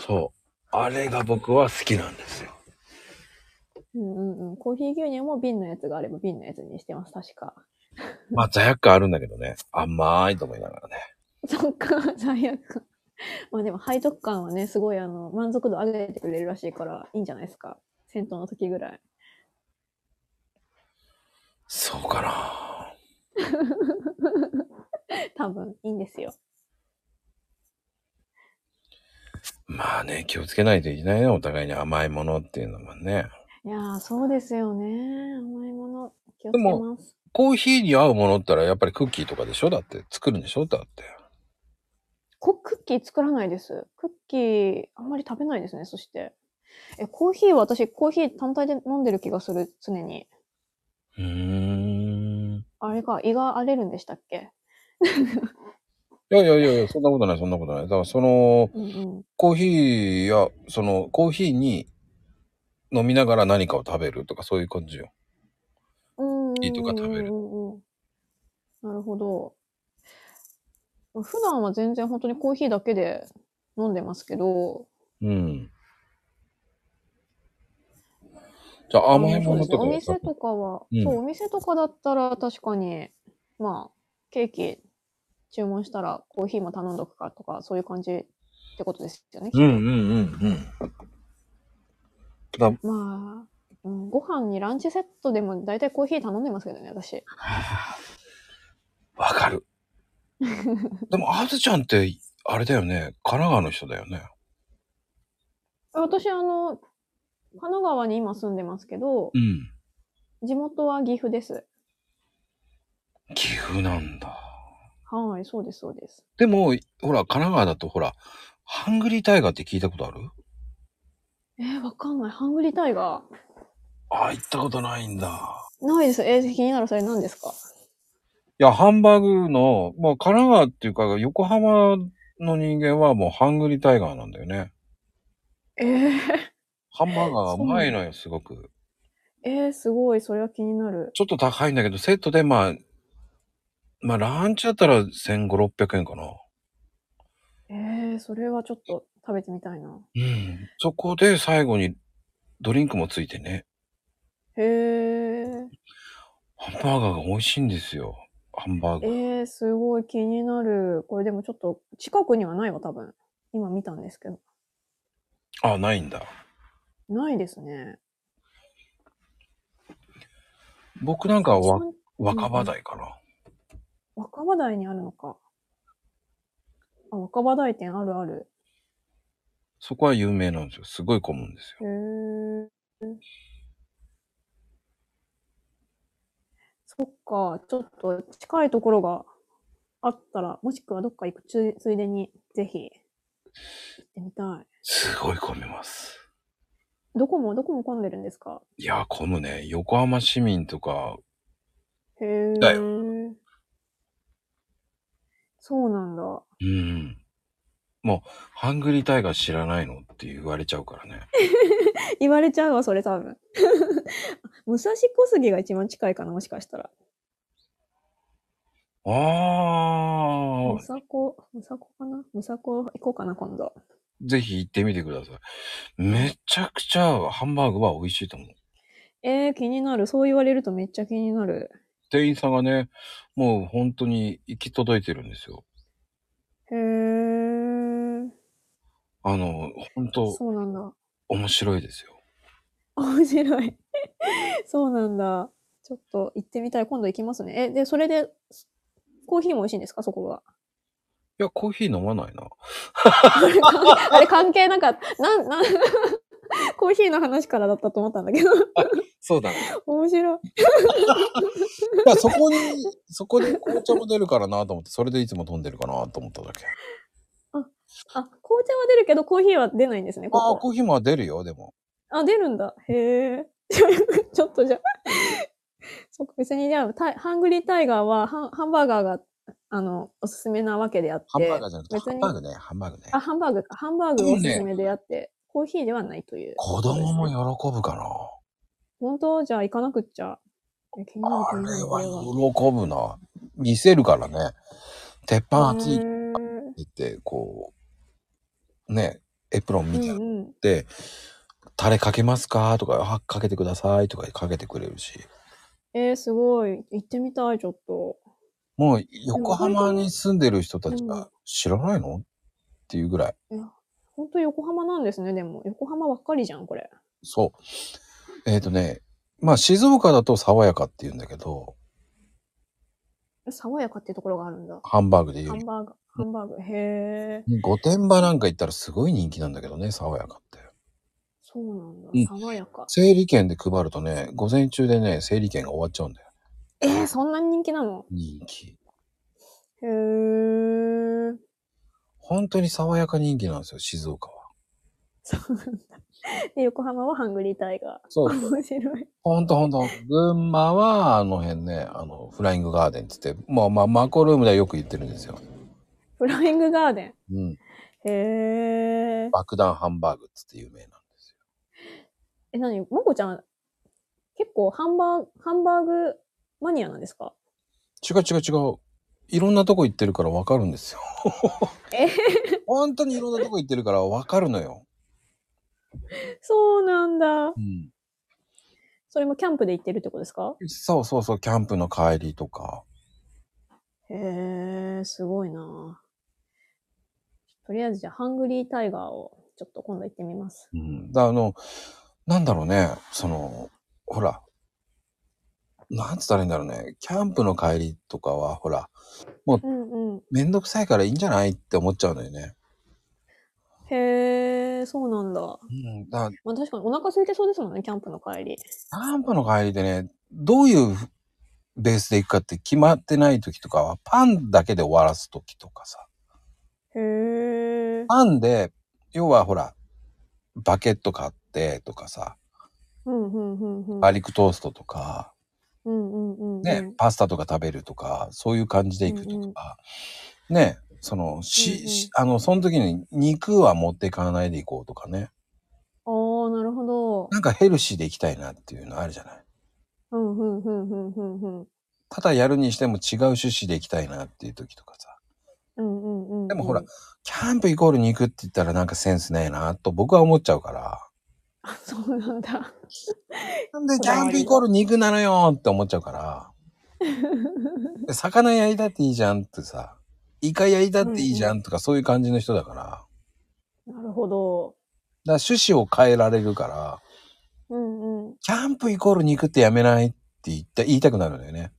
Speaker 1: そう。あれが僕は好きなんですよ。
Speaker 2: うんうんうん。コーヒー牛乳も瓶のやつがあれば瓶のやつにしてます。確か。
Speaker 1: まあ、罪悪感あるんだけどね。甘いと思いながらね。
Speaker 2: そっか、罪悪 感。まあでも背徳感はね、すごいあの、満足度上げてくれるらしいから、いいんじゃないですか。銭湯の時ぐらい。
Speaker 1: そうかな。
Speaker 2: 多分、いいんですよ。
Speaker 1: まあね、気をつけないといけないね。お互いに甘いものっていうのもね。
Speaker 2: いやー、そうですよね。甘いもの、気をつ
Speaker 1: で
Speaker 2: け
Speaker 1: も
Speaker 2: ます。
Speaker 1: コーヒーに合うものったらやっぱりクッキーとかでしょだって作るんでしょだって。
Speaker 2: こクッキー作らないです。クッキー、あんまり食べないですね、そして。え、コーヒーは私、コーヒー単体で飲んでる気がする、常に。
Speaker 1: うーん。い
Speaker 2: あれか、胃が荒れるんでしたっけ
Speaker 1: やいやいやいや、そんなことない、そんなことない。だからその、
Speaker 2: うんうん。
Speaker 1: コーヒーや、その、コーヒーに飲みながら何かを食べるとかそういう感じよ。
Speaker 2: うんうんうんうん
Speaker 1: 胃とか食べる
Speaker 2: うんうんなるほど。普段は全然本当にコーヒーだけで飲んでますけど、
Speaker 1: うん。じゃあ甘いものとか
Speaker 2: そう
Speaker 1: は
Speaker 2: ですねお店とかは、
Speaker 1: うん
Speaker 2: そう、お店とかだったら確かに、まあ、ケーキ注文したらコーヒーも頼んどくかとか、そういう感じってことですよね。
Speaker 1: うんうんうんうん。だ
Speaker 2: まあ、うん、ご飯にランチセットでも大体コーヒー頼んでますけどね、私。
Speaker 1: わかる。でも、あずちゃんって、あれだよね。神奈川の人だよね。
Speaker 2: 私、あの、神奈川に今住んでますけど、
Speaker 1: うん。
Speaker 2: 地元は岐阜です。
Speaker 1: 岐阜なんだ。
Speaker 2: はい、そうです、そうです。
Speaker 1: でも、ほら、神奈川だとほら、ハングリータイガーって聞いたことある
Speaker 2: えー、わかんない。ハングリータイガ
Speaker 1: ああ、行ったことないんだ。
Speaker 2: ー。ないです。えー、気になる、それ何ですか
Speaker 1: いや、ハンバーグの、まあ、神奈川っていうか、横浜の人間はもうハングリータイガーなんだよね。
Speaker 2: えー、
Speaker 1: ハンバーガーがうまいのよ、すごく。
Speaker 2: えー、すごい、それは気になる。
Speaker 1: ちょっと高いんだけど、セットでまあ、まあ、ランチだったら1500、600円かな。
Speaker 2: えー、それはちょっと食べてみたいな。
Speaker 1: うん。そこで最後にドリンクもついてね。
Speaker 2: へー。
Speaker 1: ハンバーガーが美味しいんですよ。ハンバーガ
Speaker 2: え
Speaker 1: ー。
Speaker 2: ー、すごい気になる。これでもちょっと近くにはないわ、多分。今見たんですけど。
Speaker 1: あ、ないんだ。
Speaker 2: ないですね。
Speaker 1: 僕なんかは
Speaker 2: そん
Speaker 1: 若葉台かな。
Speaker 2: 若葉台にあるのか。あ、若葉台店あるある。
Speaker 1: そこは有名なんですよ。すごい混むんですよ。
Speaker 2: へえ。そっか、ちょっと近いところがあったら、もしくはどっか行くついついでに、ぜひ、行ってみたい。
Speaker 1: すごい混みます。
Speaker 2: どこも、どこも混んでるんですか
Speaker 1: いや、混むね。横浜市民とか、
Speaker 2: へえ。
Speaker 1: だ
Speaker 2: そうなんだ。
Speaker 1: うん。もう、ハングリータイガー知らないのって言われちゃうからね。
Speaker 2: 言われちゃうわ、それ多分。 武蔵小杉が一番近いかな、もしかしたら。
Speaker 1: あ
Speaker 2: むさこ、むさこかなむさこ行こうかな、今度。
Speaker 1: ー、ぜひ行ってみてください。めちゃくちゃハンバーグは美味しいと思う。
Speaker 2: えー、気になる。そう言われるとめっちゃ気になる。
Speaker 1: 店員さんがね、もう本当に行き届いてるんですよ。
Speaker 2: へー。
Speaker 1: あの、本当
Speaker 2: そうなんだ。
Speaker 1: 面白いですよ。
Speaker 2: 面白い。 そうなんだ。ちょっと行ってみたい。今度行きますね。え、で、それで、コーヒーも美味しいんですかそこは。
Speaker 1: いや、コーヒー飲まないな。
Speaker 2: あれ関係なかった。なん、なん、 コーヒーの話からだったと思ったんだけど。
Speaker 1: そうだね。
Speaker 2: 面白い。
Speaker 1: まあそこに、そこに紅茶も出るからなと思って、それでいつも飲んでるかなと思った だけ。
Speaker 2: あ、紅茶は出るけど、コーヒーは出ないんですね、こ
Speaker 1: ああ、
Speaker 2: こ
Speaker 1: コーヒーも出るよ、でも。
Speaker 2: は。あ、出るんだ。へえ。ちょっとじゃあ。そっか、別にじゃあ、タイハングリータイガーは、ハンハンバーガーが、あの、おすすめなわけであって。
Speaker 1: ハンバーガーじゃなくて、
Speaker 2: 別
Speaker 1: ハ
Speaker 2: に
Speaker 1: ンバーグね、ハンバーグね。
Speaker 2: あ、ハンバーグか。ハンバーグおすすめであって、コーヒーではないという。
Speaker 1: 子供も喜ぶかな。
Speaker 2: 本当じゃあ行かなくっちゃ。え気になる
Speaker 1: あ
Speaker 2: 気にな
Speaker 1: れ
Speaker 2: るこ
Speaker 1: は
Speaker 2: れは。
Speaker 1: 喜ぶな。見せるからね。鉄板熱い
Speaker 2: へ
Speaker 1: って
Speaker 2: ー
Speaker 1: 言って、こう、ね、エプロン
Speaker 2: う
Speaker 1: みたいな。
Speaker 2: んうん。
Speaker 1: って「タレかけますか?」とかあ「かけてください」とかかけてくれるし
Speaker 2: えー、すごい。行ってみたい、ちょっと。
Speaker 1: もう横浜に住んでる人たち
Speaker 2: うん
Speaker 1: が「知らないの?」っていうぐらい
Speaker 2: 本当横浜なんですね、でも。横浜ばっかりじゃん、これ。
Speaker 1: そうえっ、とねまあ静岡だと爽やかって言うんだけど
Speaker 2: 爽やかっていうところがあるんだ。
Speaker 1: ハンバーグで言
Speaker 2: ハ
Speaker 1: う
Speaker 2: ンバーグ、ハンバーグ。へえ。
Speaker 1: 御殿場なんか行ったらすごい人気なんだけどね爽やかって
Speaker 2: そうなんだ
Speaker 1: うん。
Speaker 2: 爽やか。
Speaker 1: 整理券で配るとね午前中でね整理券が終わっちゃうんだよ
Speaker 2: えー、そんなに人気なの
Speaker 1: 人気
Speaker 2: へえ。
Speaker 1: 本当に爽やか人気なんですよ静岡は
Speaker 2: そうなんだ。で、横浜はハングリータイガー。
Speaker 1: そう
Speaker 2: 面白い。
Speaker 1: ほんとほんと。群馬は、あの辺ね、あの、フライングガーデンってって、まあまあ、マコルームではよく言ってるんですよ。
Speaker 2: フライングガーデ
Speaker 1: うん。
Speaker 2: ン。へえ。
Speaker 1: 爆弾ハンバーグっつって有名なんですよ。
Speaker 2: え、なに、もこちゃん、結構ハンバーグ、ハンバーグマニアなんですか
Speaker 1: 違う違う違う。いろんなとこ行ってるからわかるんですよ。
Speaker 2: え
Speaker 1: 本当にいろんなとこ行ってるからわかるのよ。
Speaker 2: そうなんだ
Speaker 1: う。ん。
Speaker 2: それもキャンプで行ってるってことですか
Speaker 1: そうそうそう、キャンプの帰りとか。
Speaker 2: へえ、すごいなとりあえずじゃあ、ハングリータイガーをちょっと今度行ってみます。
Speaker 1: うん。だあの、なんだろうね、その、ほら、なんつったらいいんだろうね。キャンプの帰りとかは、ほら、
Speaker 2: うんうん。
Speaker 1: めんどくさいからいいんじゃないって思っちゃうのよね。
Speaker 2: へえ、そうなんだ。
Speaker 1: うん。だ
Speaker 2: まあ確かにお腹空いてそうですもんね、キャンプの帰り。
Speaker 1: キャンプの帰りでね、どういうベースで行くかって決まってない時とかは、パンだけで終わらす時とかさ。
Speaker 2: へえ。
Speaker 1: パンで、要はほら、バケット買ってとかさ、
Speaker 2: うんうんうんうん。
Speaker 1: ガーリックトーストとか、
Speaker 2: うんうんうんうん。
Speaker 1: ね、パスタとか食べるとか、そういう感じで行くとか、ね、その、し、
Speaker 2: うんうん
Speaker 1: しあの、その時に肉は持っていかないで行こうとかね。
Speaker 2: ああ、なるほど。
Speaker 1: なんかヘルシーで行きたいなっていうのあるじゃない。
Speaker 2: うんうんうんうんうんうん。
Speaker 1: ただやるにしても違う趣旨で行きたいなっていう時とかさ。
Speaker 2: うんうんうんうん。
Speaker 1: でもほらキャンプイコール肉って言ったらなんかセンスねえなと僕は思っちゃうから。
Speaker 2: あ、 そうなんだ。
Speaker 1: なんで
Speaker 2: こ
Speaker 1: キ
Speaker 2: だ
Speaker 1: ャ
Speaker 2: わりが
Speaker 1: ンプイコール肉なのよって思っちゃう から。で魚焼いたっていいじゃんってさ。イカ焼いたっていいじゃんとかそういう感じの人だから。だか
Speaker 2: なるほど。
Speaker 1: ら趣旨を変えられるから、
Speaker 2: うんうん。
Speaker 1: キャンプイコール肉ってやめないって言った言いたくなるんだよね。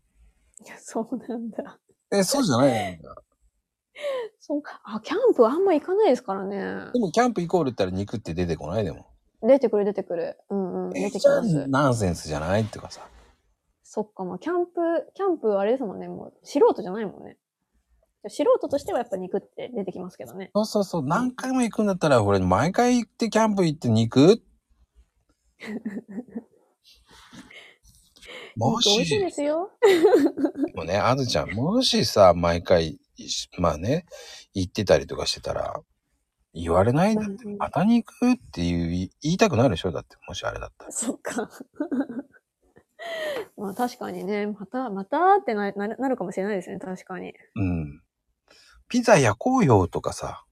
Speaker 2: いやそうなんだ。
Speaker 1: え、そうじゃないの
Speaker 2: そうか。あ、キャンプあんま行かないですからね
Speaker 1: で。もキャンプイコールって言ったら肉って出てこないでも。
Speaker 2: 出てくる出てくる。うんうん。
Speaker 1: え
Speaker 2: 出てき
Speaker 1: じゃあ
Speaker 2: ます。
Speaker 1: ナンセンスじゃないとかさ。
Speaker 2: そっか、まあキャンプ、キャンプあれですもんね。もう素人じゃないもんね。素人としてはやっぱ肉って出てきますけどね。
Speaker 1: そうそうそう。何回も行くんだったら、俺、毎回行ってキャンプ行って肉 も
Speaker 2: 肉美味しいで
Speaker 1: し、
Speaker 2: すよ。
Speaker 1: もね、あずちゃん、もしさ、毎回、しまあね、行ってたりとかしてたら、言われないんだって、
Speaker 2: うんうん
Speaker 1: また肉っていう言い言いたくなるでしょだって、もしあれだったら。
Speaker 2: そっか。 まあ確かにね、また、またってななるなるかもしれないですね、確かに。
Speaker 1: うん。ピザ焼こうよとかさ。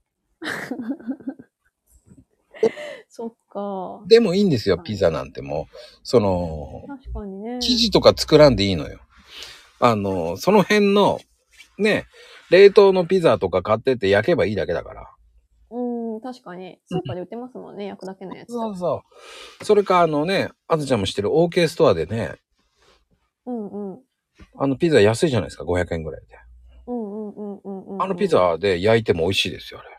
Speaker 2: そっか。
Speaker 1: でもいいんですよ、
Speaker 2: はい
Speaker 1: ピザなんてもう。その、
Speaker 2: 確かにね。
Speaker 1: 生地とか作らんでいいのよ。あの、その辺の、ね、冷凍のピザとか買ってって焼けばいいだけだから。
Speaker 2: うん、確かに。スーパーで売ってますもんね、焼くだけのやつ。
Speaker 1: そうそう。それか、あのね、あずちゃんも知ってる OK ストアでね、
Speaker 2: うんうん。
Speaker 1: あのピザ安いじゃないですか、500円ぐらいで。
Speaker 2: うんうんうんうんうんうん。
Speaker 1: あのピ。ザで焼いても美味しいですよ、あれ。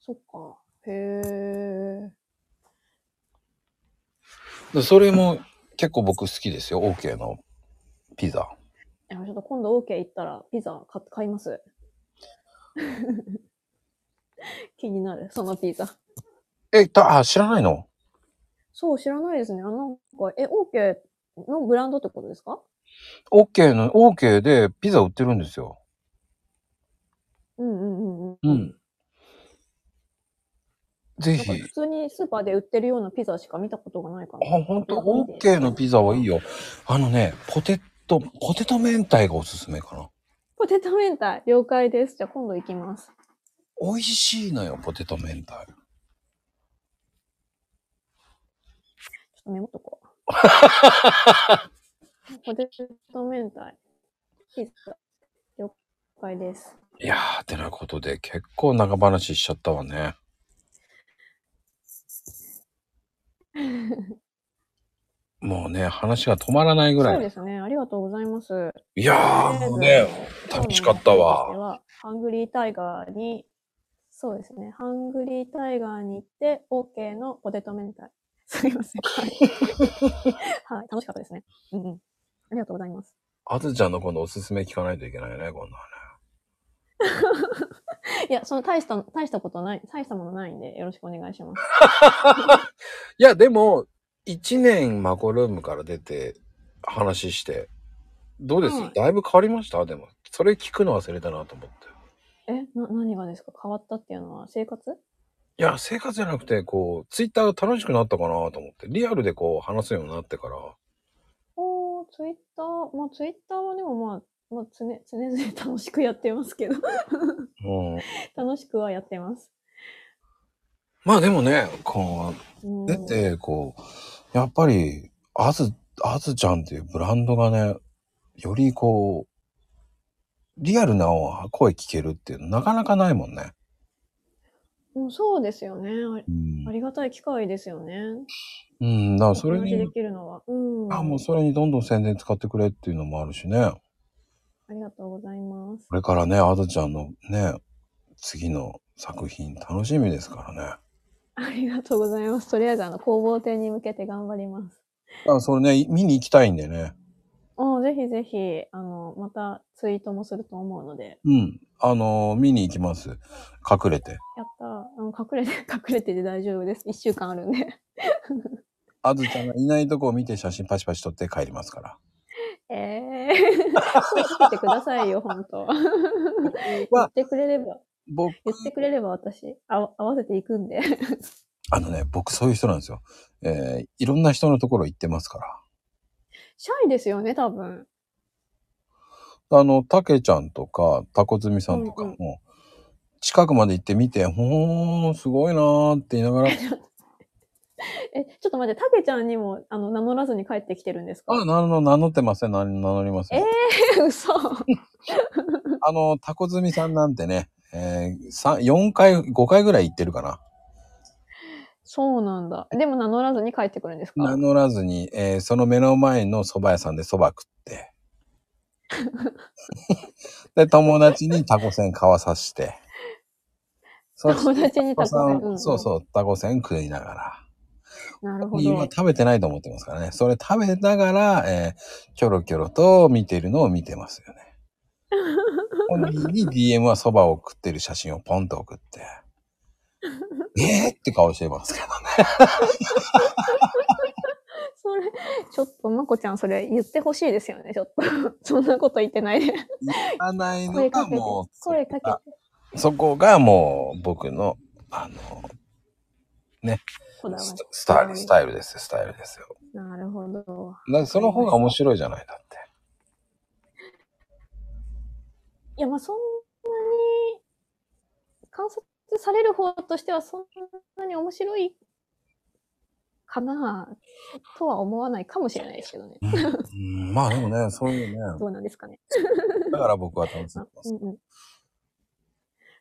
Speaker 2: そっか。へえ。
Speaker 1: でそれも結構僕好きですよ、OK のピザ。
Speaker 2: いや、ちょっと今度 OK 行ったらピザ買買います。 気になる、そのピザ。
Speaker 1: え、た、あ、知らないの
Speaker 2: そう、知らないですね。あなんか、え、OK のブランドってことですか
Speaker 1: ?OK の、OK でピザ売ってるんですよ。
Speaker 2: うんうんうんうん。
Speaker 1: うん。ぜ
Speaker 2: なんか
Speaker 1: ひ
Speaker 2: 普。通にスーパーで売ってるようなピザしか見たことがないか
Speaker 1: あ、
Speaker 2: も。
Speaker 1: ほんと、OK のピザはいいよ。あのね、ポテト、ポテト明太がおすすめかな。
Speaker 2: ポテト明太、了解です。じゃあ今度行きます。
Speaker 1: 美味しいのよ、ポテト明太。
Speaker 2: ちょっとメモっ とこう。ポテト明太、ピザ、了解です。
Speaker 1: いやー、てなことで、結構長話しちゃったわ ね。もうね、話が止まらないぐ
Speaker 2: そ
Speaker 1: ら
Speaker 2: うで
Speaker 1: い。
Speaker 2: すね。ありがとうございます。
Speaker 1: いやー、もうね、楽しかったわ。
Speaker 2: わ。ハングリータイガーに、そうですね。ハングリータイガーに行って、OK のポテト明太。すみません。はい、はい楽しかったですね。うんうん。ありがとうございます。
Speaker 1: あずちゃんの今度おすすめ聞かないといけないよね、今度はね。
Speaker 2: いや、その大した、大したことない、大したものないんで、よろしくお願いします。
Speaker 1: いや、でも、1年マコルームから出て話して、どうです、
Speaker 2: はい
Speaker 1: だいぶ変わりましたでも、それ聞くの忘れたなと思って。
Speaker 2: え、な、何がですか変わったっていうのは生活
Speaker 1: いや、生活じゃなくて、こう、ツイッターが楽しくなったかなと思って、リアルでこう、話すようになってから、
Speaker 2: おー、ツイッター、まあツイッターはでもまあ、まあ常、常々楽しくやってますけど、
Speaker 1: うん、
Speaker 2: 楽しくはやってます。
Speaker 1: まあでもね、こ
Speaker 2: うん
Speaker 1: う、出て、こう、やっぱり、あず、あずちゃんっていうブランドがね、よりこう、リアルな声聞けるっていうのなかなかないもんね。
Speaker 2: もうそうですよね。あり
Speaker 1: うん
Speaker 2: あ。りがたい機会ですよね。
Speaker 1: うん、だからそ
Speaker 2: お
Speaker 1: れ
Speaker 2: 話
Speaker 1: に
Speaker 2: で、きるのは。うん。
Speaker 1: あ、もうそれにどんどん宣伝使ってくれっていうのもあるしね。
Speaker 2: ありがとうございます。
Speaker 1: これからね、あずちゃんのね、次の作品楽しみですから
Speaker 2: ありがとうございます。とりあえず、あの、工房展に向けて頑張ります。
Speaker 1: ね。あ、それね、見に行きたいんでね。
Speaker 2: おぜひぜひ、あの、またツイートもすると思うので、
Speaker 1: うん。あのー見に行きます。隠れて。
Speaker 2: やったーあの隠れて、 隠れてて大丈夫です。一週間あるんで。
Speaker 1: あずちゃんがいないとこを見て写真パシパシ撮って帰りますから。
Speaker 2: ええー。声かけてくださいよ、本当言ってくれれば、
Speaker 1: 僕、
Speaker 2: 言ってくれれば私、あわ合わせていくんで。
Speaker 1: あのね、僕そういう人なんですよ。えーいろんな人のところ行ってますか
Speaker 2: シャイですよね、多分。
Speaker 1: ら。あの、たけちゃんとか、たこずみさんとかも、近くまで行ってみて、ほーん、すごいなーって言いな がら、
Speaker 2: え、ちょっと待って、たけちゃんにも、あの、名乗らずに帰ってきてるんですか
Speaker 1: あ、なの、名乗ってません、名乗りません。
Speaker 2: ええ、 嘘。
Speaker 1: あの、タコ積みさんなんてね、えー、さ4回、5回ぐらい行ってるかな。
Speaker 2: そうなんだ。でも名乗らずに帰ってくるんですか
Speaker 1: 名乗らずに、えーその目の前の蕎麦屋さんで蕎麦食 って。で、友達にタコせん買わさして。そ
Speaker 2: 友達に
Speaker 1: タコ
Speaker 2: た
Speaker 1: さん、
Speaker 2: く
Speaker 1: そう
Speaker 2: う
Speaker 1: そう、タコせん食いながら。
Speaker 2: ん。なるほ
Speaker 1: 今
Speaker 2: ど。
Speaker 1: 食べてないと思ってますからね。それ食べながら、えー、キョロキョロと見てるのを見てます よね。本人に DM はそばを食ってる写真をポンと送 って。えーって顔してますけどね。
Speaker 2: それ、ちょっと、まこちゃん、それ言ってほしいですよね、ちょっと。 そんなこと言ってないで。
Speaker 1: 言わないの
Speaker 2: 声
Speaker 1: が
Speaker 2: かけて
Speaker 1: もう、
Speaker 2: 声かけて。
Speaker 1: そこがもう僕の、あの、ね。
Speaker 2: こだわ
Speaker 1: ス
Speaker 2: り。
Speaker 1: スタイル、スタイルですよ、スタイルですよ。
Speaker 2: なるほど。
Speaker 1: だからその方が面白いじゃない、だって。
Speaker 2: いや、まあ、そんなに、観察される方としては、そんなに面白いかなとは思わないかもしれないですけどね。
Speaker 1: うん、まあでもね、そういうね、
Speaker 2: どうなんですかね。
Speaker 1: だから僕は楽しん
Speaker 2: あ
Speaker 1: でま
Speaker 2: う
Speaker 1: す。
Speaker 2: んうん。い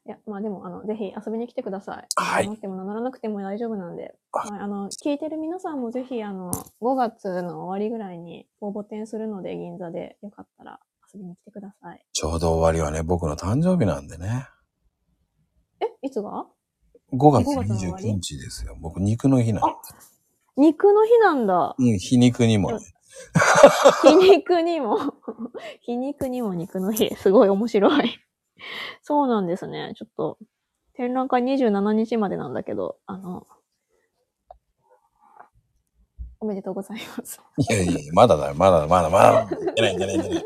Speaker 2: や、まあでも、あの、ぜひ遊びに来てください。
Speaker 1: はい
Speaker 2: 名乗っても名乗らなくても大丈夫なんで。
Speaker 1: あ
Speaker 2: はい、あの、聞いてる皆さんもぜひ、あの、5月の終わりぐらいに応募展するので、銀座でよかったら遊びに来てください。
Speaker 1: ちょうど終わりはね、僕の誕生日なんでね。
Speaker 2: え、いつが
Speaker 1: 5月
Speaker 2: 5月の終わり
Speaker 1: 29日ですよ。僕、肉の日なんで
Speaker 2: あ肉の日なん だ。
Speaker 1: うん、皮肉にもね。
Speaker 2: 皮肉にも、 皮肉にも肉の日。 すごい面白い。そうなんですね。ちょっと、展覧会27日までなんだけど、あの、おめでとうござい ます。
Speaker 1: いやいやいや、まだだよ、まだだ、まだ、まだ、いけない、いけない、いけない。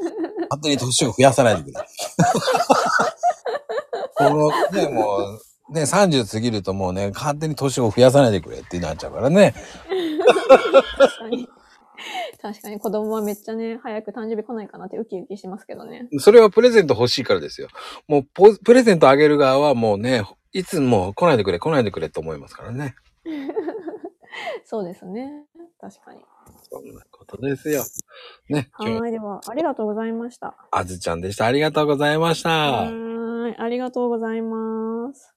Speaker 1: 勝手に年を増やさないでくれ。この、ね、もう、ね、30過ぎるともうね、勝手に年を増やさないでくれってなっちゃうからね。
Speaker 2: 確かに。確かに子供はめっちゃね、早く誕生日来ないかなってウキウキしてますけどね。
Speaker 1: それはプレゼント欲しいからですよ。もうポ、プレゼントあげる側はもうね、いつも来ないでくれ、来ないでくれと思いますからね。
Speaker 2: そうですね。確かに。
Speaker 1: そんなことですよ。ね、今日、
Speaker 2: はい。では、ありがとうございました。
Speaker 1: あずちゃんでした。ありがとうございました。
Speaker 2: はーい。ありがとうございます。